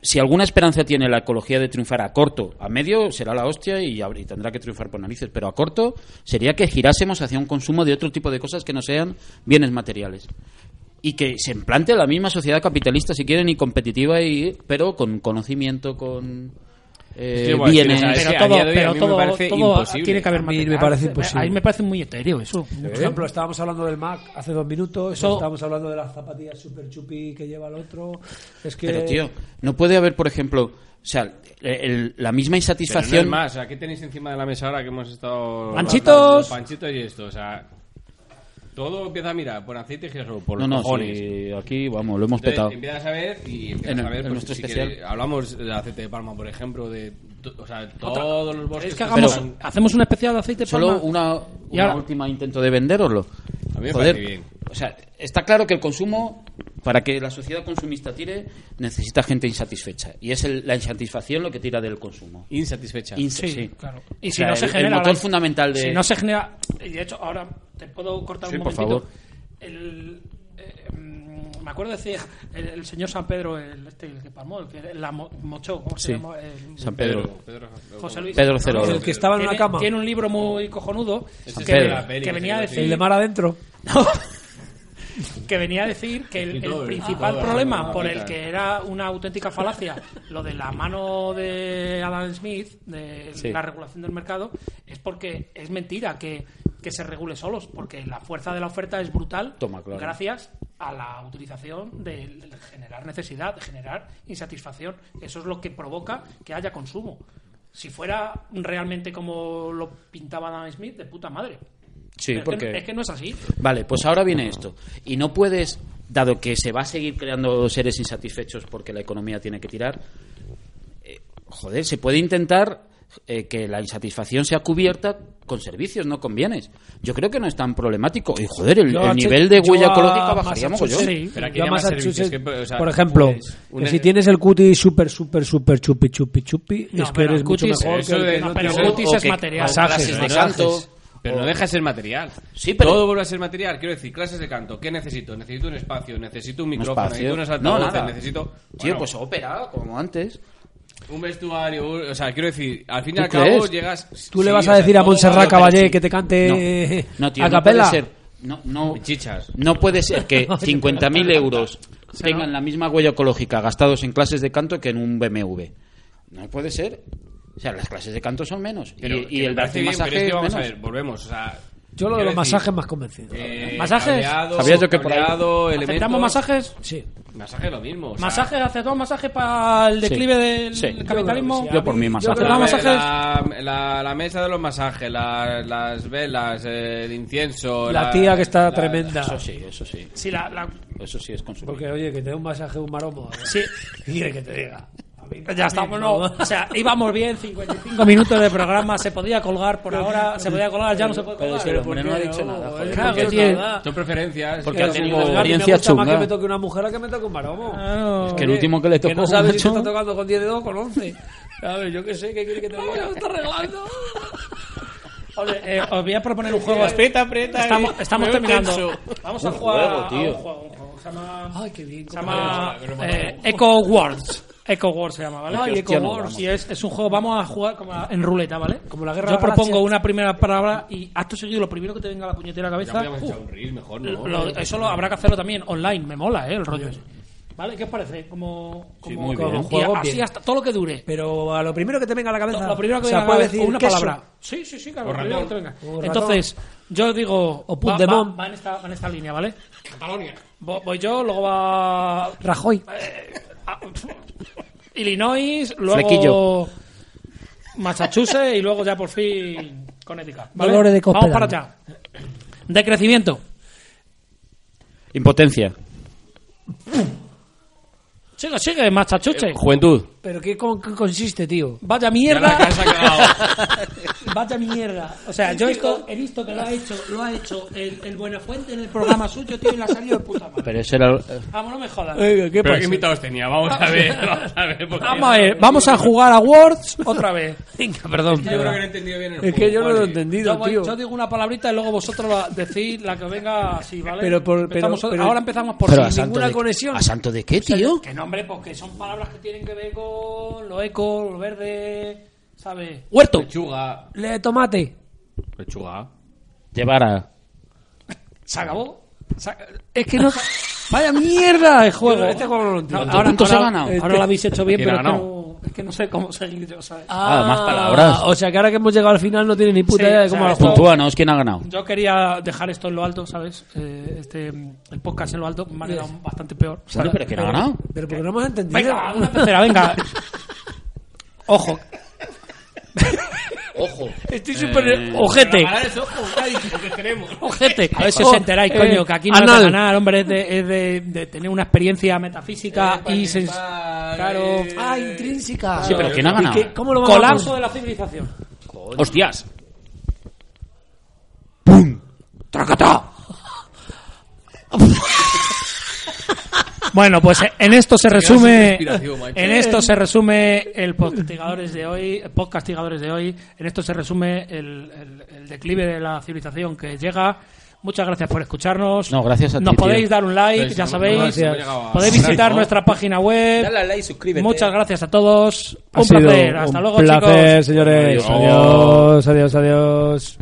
Speaker 1: si alguna esperanza tiene la ecología de triunfar a corto, a medio será la hostia y, habr- y tendrá que triunfar por narices, pero a corto sería que girásemos hacia un consumo de otro tipo de cosas que no sean bienes materiales y que se implante la misma sociedad capitalista si quieren y competitiva y pero con conocimiento con eh,
Speaker 4: Sí, bueno,
Speaker 1: bienes
Speaker 2: Pero
Speaker 4: tienes- Es que a
Speaker 2: todo,
Speaker 4: día de hoy
Speaker 2: pero
Speaker 4: a mí me
Speaker 2: todo,
Speaker 4: parece
Speaker 2: todo
Speaker 4: imposible.
Speaker 2: tiene que haber
Speaker 5: A mí me
Speaker 2: material.
Speaker 5: parece imposible.
Speaker 2: A mí me parece muy etéreo eso.
Speaker 5: Por ejemplo, estábamos hablando del Mac hace dos minutos, estábamos hablando de las zapatillas super chupi que lleva el otro. Es que.
Speaker 1: pero tío no puede haber por ejemplo o sea el- la misma
Speaker 4: Pero no
Speaker 1: insatisfacción
Speaker 4: es más, o sea, ¿qué tenéis encima de la mesa ahora que hemos estado...
Speaker 2: Panchitos.
Speaker 4: Panchitos y esto, o sea... Todo empieza a mirar por aceite y girasol, por
Speaker 1: no
Speaker 4: los
Speaker 1: no
Speaker 4: cojones.
Speaker 1: sí, aquí vamos lo hemos
Speaker 4: Entonces,
Speaker 1: petado
Speaker 4: empiezas a ver y empiezas
Speaker 1: En el-
Speaker 4: a ver
Speaker 1: en
Speaker 4: pues,
Speaker 1: nuestro
Speaker 4: si
Speaker 1: especial.
Speaker 4: quieres, hablamos del aceite de palma, por ejemplo, de to- o sea, todos los bosques.
Speaker 2: es que
Speaker 4: que
Speaker 2: hagamos,
Speaker 4: están-
Speaker 2: hacemos una especial de aceite de
Speaker 1: solo
Speaker 2: palma.
Speaker 1: una,
Speaker 2: Y
Speaker 1: una
Speaker 2: ahora-
Speaker 1: última intento de venderoslo
Speaker 4: A mí me
Speaker 1: Joder,
Speaker 4: parece bien.
Speaker 1: o sea está claro que el consumo para que la sociedad consumista tire necesita gente insatisfecha y es el- la insatisfacción lo que tira del consumo
Speaker 4: Insatisfecha.
Speaker 1: Insa-
Speaker 2: Sí,
Speaker 1: sí.
Speaker 2: claro. Y
Speaker 1: O
Speaker 2: si
Speaker 1: sea,
Speaker 2: no
Speaker 1: el-
Speaker 2: se
Speaker 1: el
Speaker 2: genera.
Speaker 1: motor
Speaker 2: la-
Speaker 1: fundamental de-
Speaker 2: Si no se genera. y de hecho, ahora te puedo cortar
Speaker 1: Sí,
Speaker 2: un
Speaker 1: por
Speaker 2: momentito.
Speaker 1: favor.
Speaker 2: El, eh, mm, me acuerdo decía el, el señor San Pedro, el, este, el que palmó, el que la mo- mochó, ¿cómo se
Speaker 1: Sí.
Speaker 2: llama? El-
Speaker 1: San Pedro.
Speaker 2: José Luis.
Speaker 1: Pedro Cerolo.
Speaker 5: El que estaba en
Speaker 2: tiene,
Speaker 5: una cama.
Speaker 2: Tiene un libro muy cojonudo
Speaker 4: Ese
Speaker 2: que,
Speaker 1: es el de la
Speaker 4: peli,
Speaker 2: que
Speaker 4: que
Speaker 2: venía a
Speaker 4: se
Speaker 2: decir.
Speaker 4: llama
Speaker 5: El de mar adentro.
Speaker 2: que venía a decir que el,
Speaker 4: Escritor,
Speaker 2: el
Speaker 4: ¿no?
Speaker 2: principal
Speaker 4: Joder,
Speaker 2: problema
Speaker 4: no,
Speaker 2: por el
Speaker 4: claro.
Speaker 2: que era una auténtica falacia lo de la mano de Adam Smith de
Speaker 1: Sí.
Speaker 2: la regulación del mercado es porque es mentira que, que se regule solos porque la fuerza de la oferta es brutal
Speaker 1: Toma, claro.
Speaker 2: gracias a la utilización de, de generar necesidad de generar insatisfacción eso es lo que provoca que haya consumo si fuera realmente como lo pintaba Adam Smith de puta madre
Speaker 1: Sí,
Speaker 2: Pero es que-
Speaker 1: porque-
Speaker 2: es que no es así
Speaker 1: Vale, pues ahora viene esto. Y no puedes, dado que se va a seguir creando seres insatisfechos porque la economía tiene que tirar, eh, joder, se puede intentar eh, que la insatisfacción sea cubierta con servicios, no con bienes. Yo creo que no es tan problemático. Y joder, el,
Speaker 5: Yo
Speaker 1: el
Speaker 5: a Che-
Speaker 1: nivel de
Speaker 5: yo
Speaker 1: huella
Speaker 5: a
Speaker 1: ecológica bajaría mogollón.
Speaker 5: Massachusetts-
Speaker 2: Sí.
Speaker 4: Pero aquí
Speaker 5: yo a
Speaker 4: hay más
Speaker 5: Massachusetts,
Speaker 4: servicios que, o sea,
Speaker 5: por ejemplo,
Speaker 4: puedes-
Speaker 5: que
Speaker 4: una-
Speaker 5: si tienes el cuti super, super, super chupi, chupi, chupi,
Speaker 2: No,
Speaker 5: es que
Speaker 2: pero
Speaker 5: eres mucho
Speaker 2: cutis-
Speaker 5: mejor
Speaker 4: eso
Speaker 5: que el
Speaker 4: de-
Speaker 5: que
Speaker 4: no,
Speaker 5: no
Speaker 2: pero
Speaker 1: O-
Speaker 5: tiene-
Speaker 2: cutis
Speaker 1: o
Speaker 2: es
Speaker 1: que-
Speaker 2: material.
Speaker 1: o clases
Speaker 2: Masajes,
Speaker 1: de
Speaker 4: masajes.
Speaker 1: canto,
Speaker 4: Pero
Speaker 1: o-
Speaker 4: no deja de ser material.
Speaker 1: Sí, pero-
Speaker 4: Todo vuelve a ser material. Quiero decir, clases de canto. ¿Qué necesito? Necesito un espacio, necesito un micrófono,
Speaker 1: espacio.
Speaker 4: necesito unas
Speaker 1: No,
Speaker 4: altavoces,
Speaker 1: nada.
Speaker 4: necesito...
Speaker 1: Tío,
Speaker 4: Bueno,
Speaker 1: pues ópera, como antes.
Speaker 4: Un vestuario, un- o sea, quiero decir, al fin y
Speaker 1: ¿Tú
Speaker 4: al cabo
Speaker 1: crees?
Speaker 4: llegas...
Speaker 5: Tú le
Speaker 4: Sí,
Speaker 5: vas
Speaker 4: o
Speaker 5: a
Speaker 4: sea,
Speaker 5: decir a
Speaker 4: todo
Speaker 5: Montserrat
Speaker 4: va-
Speaker 5: Caballé que te cante
Speaker 1: No, no tío,
Speaker 5: a
Speaker 1: no
Speaker 5: capela.
Speaker 1: puede ser. No, no,
Speaker 4: Chichas.
Speaker 1: No puede ser que 50.000 euros tengan la misma huella ecológica gastados en clases de canto que en un BMW. No puede ser. O sea, las clases de canto son menos.
Speaker 4: Pero,
Speaker 1: y,
Speaker 4: que
Speaker 1: y
Speaker 4: me
Speaker 1: el
Speaker 4: parece
Speaker 1: darte un
Speaker 4: bien,
Speaker 1: masaje
Speaker 4: pero es que vamos
Speaker 1: menos.
Speaker 4: a ver, volvemos. O sea,
Speaker 5: Yo lo de
Speaker 4: quiero
Speaker 5: los
Speaker 4: decir,
Speaker 5: masajes más convencido.
Speaker 4: eh,
Speaker 2: ¿Masajes?
Speaker 4: cableado,
Speaker 1: Sabía yo que por ahí-
Speaker 4: cableado,
Speaker 2: ¿Aceptamos
Speaker 4: elementos-
Speaker 2: masajes?
Speaker 5: Sí.
Speaker 4: Masaje lo mismo. o sea,
Speaker 2: ¿Masajes? ¿Aceptamos masajes para el
Speaker 1: Sí.
Speaker 2: declive del
Speaker 1: Sí.
Speaker 2: capitalismo?
Speaker 1: Yo por mí masaje.
Speaker 2: creo que vamos a-
Speaker 4: La, la- la mesa de los masajes, la- las velas, eh, el incienso.
Speaker 5: La tía que está tremenda.
Speaker 1: Eso sí, eso sí.
Speaker 2: Sí, la- la-
Speaker 1: Eso sí es consumir.
Speaker 5: Porque, oye, que te dé un masaje un maromo. ¿eh?
Speaker 2: sí.
Speaker 5: ¿Qué quieres que te diga? A mí
Speaker 2: Ya estamos, no. O sea, íbamos bien, 55 minutos de programa, se podía colgar por ahora, se podía colgar, ya no se puede
Speaker 1: Pero
Speaker 2: colgar.
Speaker 1: si el oponente no ha dicho nada, joder.
Speaker 5: Claro,
Speaker 1: porque-
Speaker 5: es
Speaker 2: tiene-
Speaker 5: verdad.
Speaker 4: Son preferencias.
Speaker 1: Porque
Speaker 4: que
Speaker 1: ha
Speaker 4: no-
Speaker 1: tenido-
Speaker 5: Pero si me
Speaker 1: experiencia
Speaker 5: gusta más
Speaker 1: chunga.
Speaker 5: que me toque una mujer a que me toque un maromo.
Speaker 2: Ah,
Speaker 1: que el último que le tocó,
Speaker 5: Que no sabes si
Speaker 1: macho.
Speaker 5: te está tocando con 10 dedos o con 11. A ver, yo qué sé, ¿qué quiere que te diga? está arreglando.
Speaker 2: Os, eh, os voy a proponer un juego. Aprieta, aprieta. Estamos, estamos terminando. Vamos a
Speaker 1: Un
Speaker 2: jugar
Speaker 1: juego,
Speaker 2: a
Speaker 1: tío.
Speaker 2: un juego. un juego. Se llama,
Speaker 5: Ay, qué bien.
Speaker 2: se llama, eh, Echo Words. Echo Words se llama, ¿vale?
Speaker 1: Ay, Echo
Speaker 2: Hostia, no,
Speaker 1: Wars.
Speaker 2: vamos. Y es, es un juego, vamos a jugar como a- en ruleta, ¿vale?
Speaker 5: Como la guerra
Speaker 2: Yo
Speaker 5: de las
Speaker 2: propongo
Speaker 5: galaxias.
Speaker 2: una primera palabra y acto seguido, lo primero que te venga a la puñetera
Speaker 4: Ya
Speaker 2: cabeza.
Speaker 4: podríamos
Speaker 2: ¡uh!
Speaker 4: echar un reel mejor, ¿no?
Speaker 2: Lo- eso lo habrá que hacerlo también online, me mola, ¿eh? El rollo ese. ¿Vale? ¿Qué os parece? Como, como,
Speaker 1: muy
Speaker 2: como
Speaker 1: bien.
Speaker 2: y
Speaker 5: Juego
Speaker 2: así
Speaker 5: bien.
Speaker 2: hasta todo lo que dure.
Speaker 5: Pero a lo primero que te venga a la cabeza.
Speaker 2: Lo primero que me
Speaker 5: o sea,
Speaker 2: venga a la
Speaker 5: puede
Speaker 2: cabeza,
Speaker 5: decir
Speaker 2: una
Speaker 5: queso.
Speaker 2: palabra. Sí, sí, sí, claro.
Speaker 4: O
Speaker 2: lo primero
Speaker 4: ratón.
Speaker 2: que te venga.
Speaker 5: O ratón.
Speaker 2: Entonces, yo digo.
Speaker 5: O punt
Speaker 2: va-
Speaker 5: de
Speaker 2: va-
Speaker 5: mom.
Speaker 2: Va en esta, va en esta línea, ¿vale?
Speaker 4: Cataluña.
Speaker 2: Vo- Voy yo, luego va.
Speaker 5: Rajoy.
Speaker 2: a- Illinois, luego.
Speaker 1: Flequillo.
Speaker 2: Massachusetts y luego ya por fin Connecticut. ¿vale?
Speaker 5: Dolores de
Speaker 2: Vamos
Speaker 5: Cospedal.
Speaker 2: para allá. Decrecimiento.
Speaker 1: Impotencia.
Speaker 2: Sigue, sigue, Massachusetts.
Speaker 4: Juventud.
Speaker 5: Pero ¿qué, con, qué consiste, tío?
Speaker 2: Vaya
Speaker 4: Ya la
Speaker 2: mierda.
Speaker 4: que has acabado.
Speaker 2: Vaya mierda. O sea, yo esto he visto que lo ha hecho, lo ha hecho el, el Buenafuente en el programa suyo, tío, y la ha salido de puta madre.
Speaker 1: Pero ese era. el-
Speaker 2: Vamos, no me jodas.
Speaker 5: Eh, ¿Qué
Speaker 4: Pero qué invitados tenía, vamos a ver. Vamos a ver. porque-
Speaker 2: Vamos a ver, vamos a jugar a Words otra vez. Venga, perdón.
Speaker 4: Yo creo que no he entendido bien el
Speaker 5: Es que
Speaker 4: juego,
Speaker 5: yo no lo he
Speaker 4: vale.
Speaker 5: entendido,
Speaker 2: Yo, voy-
Speaker 5: tío.
Speaker 2: yo digo una palabrita y luego vosotros la- decís la que venga así, ¿vale?
Speaker 5: Pero por- pero-
Speaker 2: Empezamos-
Speaker 5: pero-
Speaker 2: ahora empezamos por
Speaker 1: eh, Pero a
Speaker 2: sin
Speaker 1: santo
Speaker 2: ninguna
Speaker 1: de-
Speaker 2: conexión.
Speaker 1: ¿A santo de qué, tío?
Speaker 2: Que no, hombre, porque son palabras que tienen que ver con lo eco, lo verde, ¿sabes? Huerto.
Speaker 4: Lechuga.
Speaker 5: Le tomate.
Speaker 4: Lechuga.
Speaker 1: Llevar a.
Speaker 2: Se acabó. Se-
Speaker 5: Es que no. Vaya mierda de juego. Este juego no lo
Speaker 2: No,
Speaker 5: entiendo.
Speaker 1: ¿Cuántos puntos
Speaker 2: ahora,
Speaker 1: he ganado?
Speaker 2: ahora lo habéis hecho bien,
Speaker 4: ¿Quién
Speaker 2: pero
Speaker 4: ha
Speaker 2: es que,
Speaker 4: ganado?
Speaker 2: no, es que no sé cómo seguir yo, ¿sabes?
Speaker 1: Ah, más palabras.
Speaker 5: O sea que ahora que hemos llegado al final no tiene ni puta
Speaker 2: Sí,
Speaker 5: idea de
Speaker 2: o
Speaker 5: cómo
Speaker 2: sea,
Speaker 5: lo
Speaker 2: esto-
Speaker 5: juego.
Speaker 1: Puntúanos, ¿quién ha ganado?
Speaker 2: Yo quería dejar esto en lo alto, ¿sabes? Eh, este, mm, el podcast en lo alto me ha quedado bastante peor.
Speaker 1: Bueno,
Speaker 2: ¿sabes?
Speaker 1: pero ¿quién ha ganado?
Speaker 5: Pero porque no hemos entendido.
Speaker 2: Venga, una tercera, venga. Ojo.
Speaker 1: Ojo.
Speaker 5: Estoy súper.
Speaker 2: Ojete.
Speaker 4: eso, que queremos.
Speaker 2: Ojete. Oh, A ver si os enteráis,
Speaker 5: Eh,
Speaker 2: coño, que aquí no es
Speaker 5: anal.
Speaker 2: de ganar, hombre, es de, es de- de tener una experiencia
Speaker 4: Eh,
Speaker 2: metafísica y sens-
Speaker 4: Claro.
Speaker 2: Claro.
Speaker 5: Ah, intrínseca.
Speaker 1: Sí, pero ¿quién ha
Speaker 5: ¿Y
Speaker 1: ganado?
Speaker 5: qué- ¿Cómo lo vamos a
Speaker 2: colapso
Speaker 5: hacer?
Speaker 2: de la civilización.
Speaker 1: ¡Hostias!
Speaker 2: Bueno, pues eh, en esto se resume
Speaker 4: inspiración, Michael.
Speaker 2: en esto se resume el podcastigadores de hoy, podcastigadores de hoy, en esto se resume el, el- el declive de la civilización que llega. Muchas gracias por escucharnos.
Speaker 1: No, gracias a ti,
Speaker 2: Nos
Speaker 1: tío.
Speaker 2: podéis dar un like,
Speaker 4: Pues,
Speaker 2: ya
Speaker 4: no,
Speaker 2: sabéis.
Speaker 4: gracias. Gracias.
Speaker 2: Podéis visitar
Speaker 1: No.
Speaker 2: nuestra página web.
Speaker 1: Dale a like, suscríbete.
Speaker 2: Muchas gracias a todos.
Speaker 5: Ha
Speaker 2: Un
Speaker 5: sido
Speaker 2: placer. Hasta
Speaker 5: un
Speaker 2: luego,
Speaker 5: placer,
Speaker 2: chicos.
Speaker 5: señores.
Speaker 1: Adiós.
Speaker 5: adiós, adiós. adiós.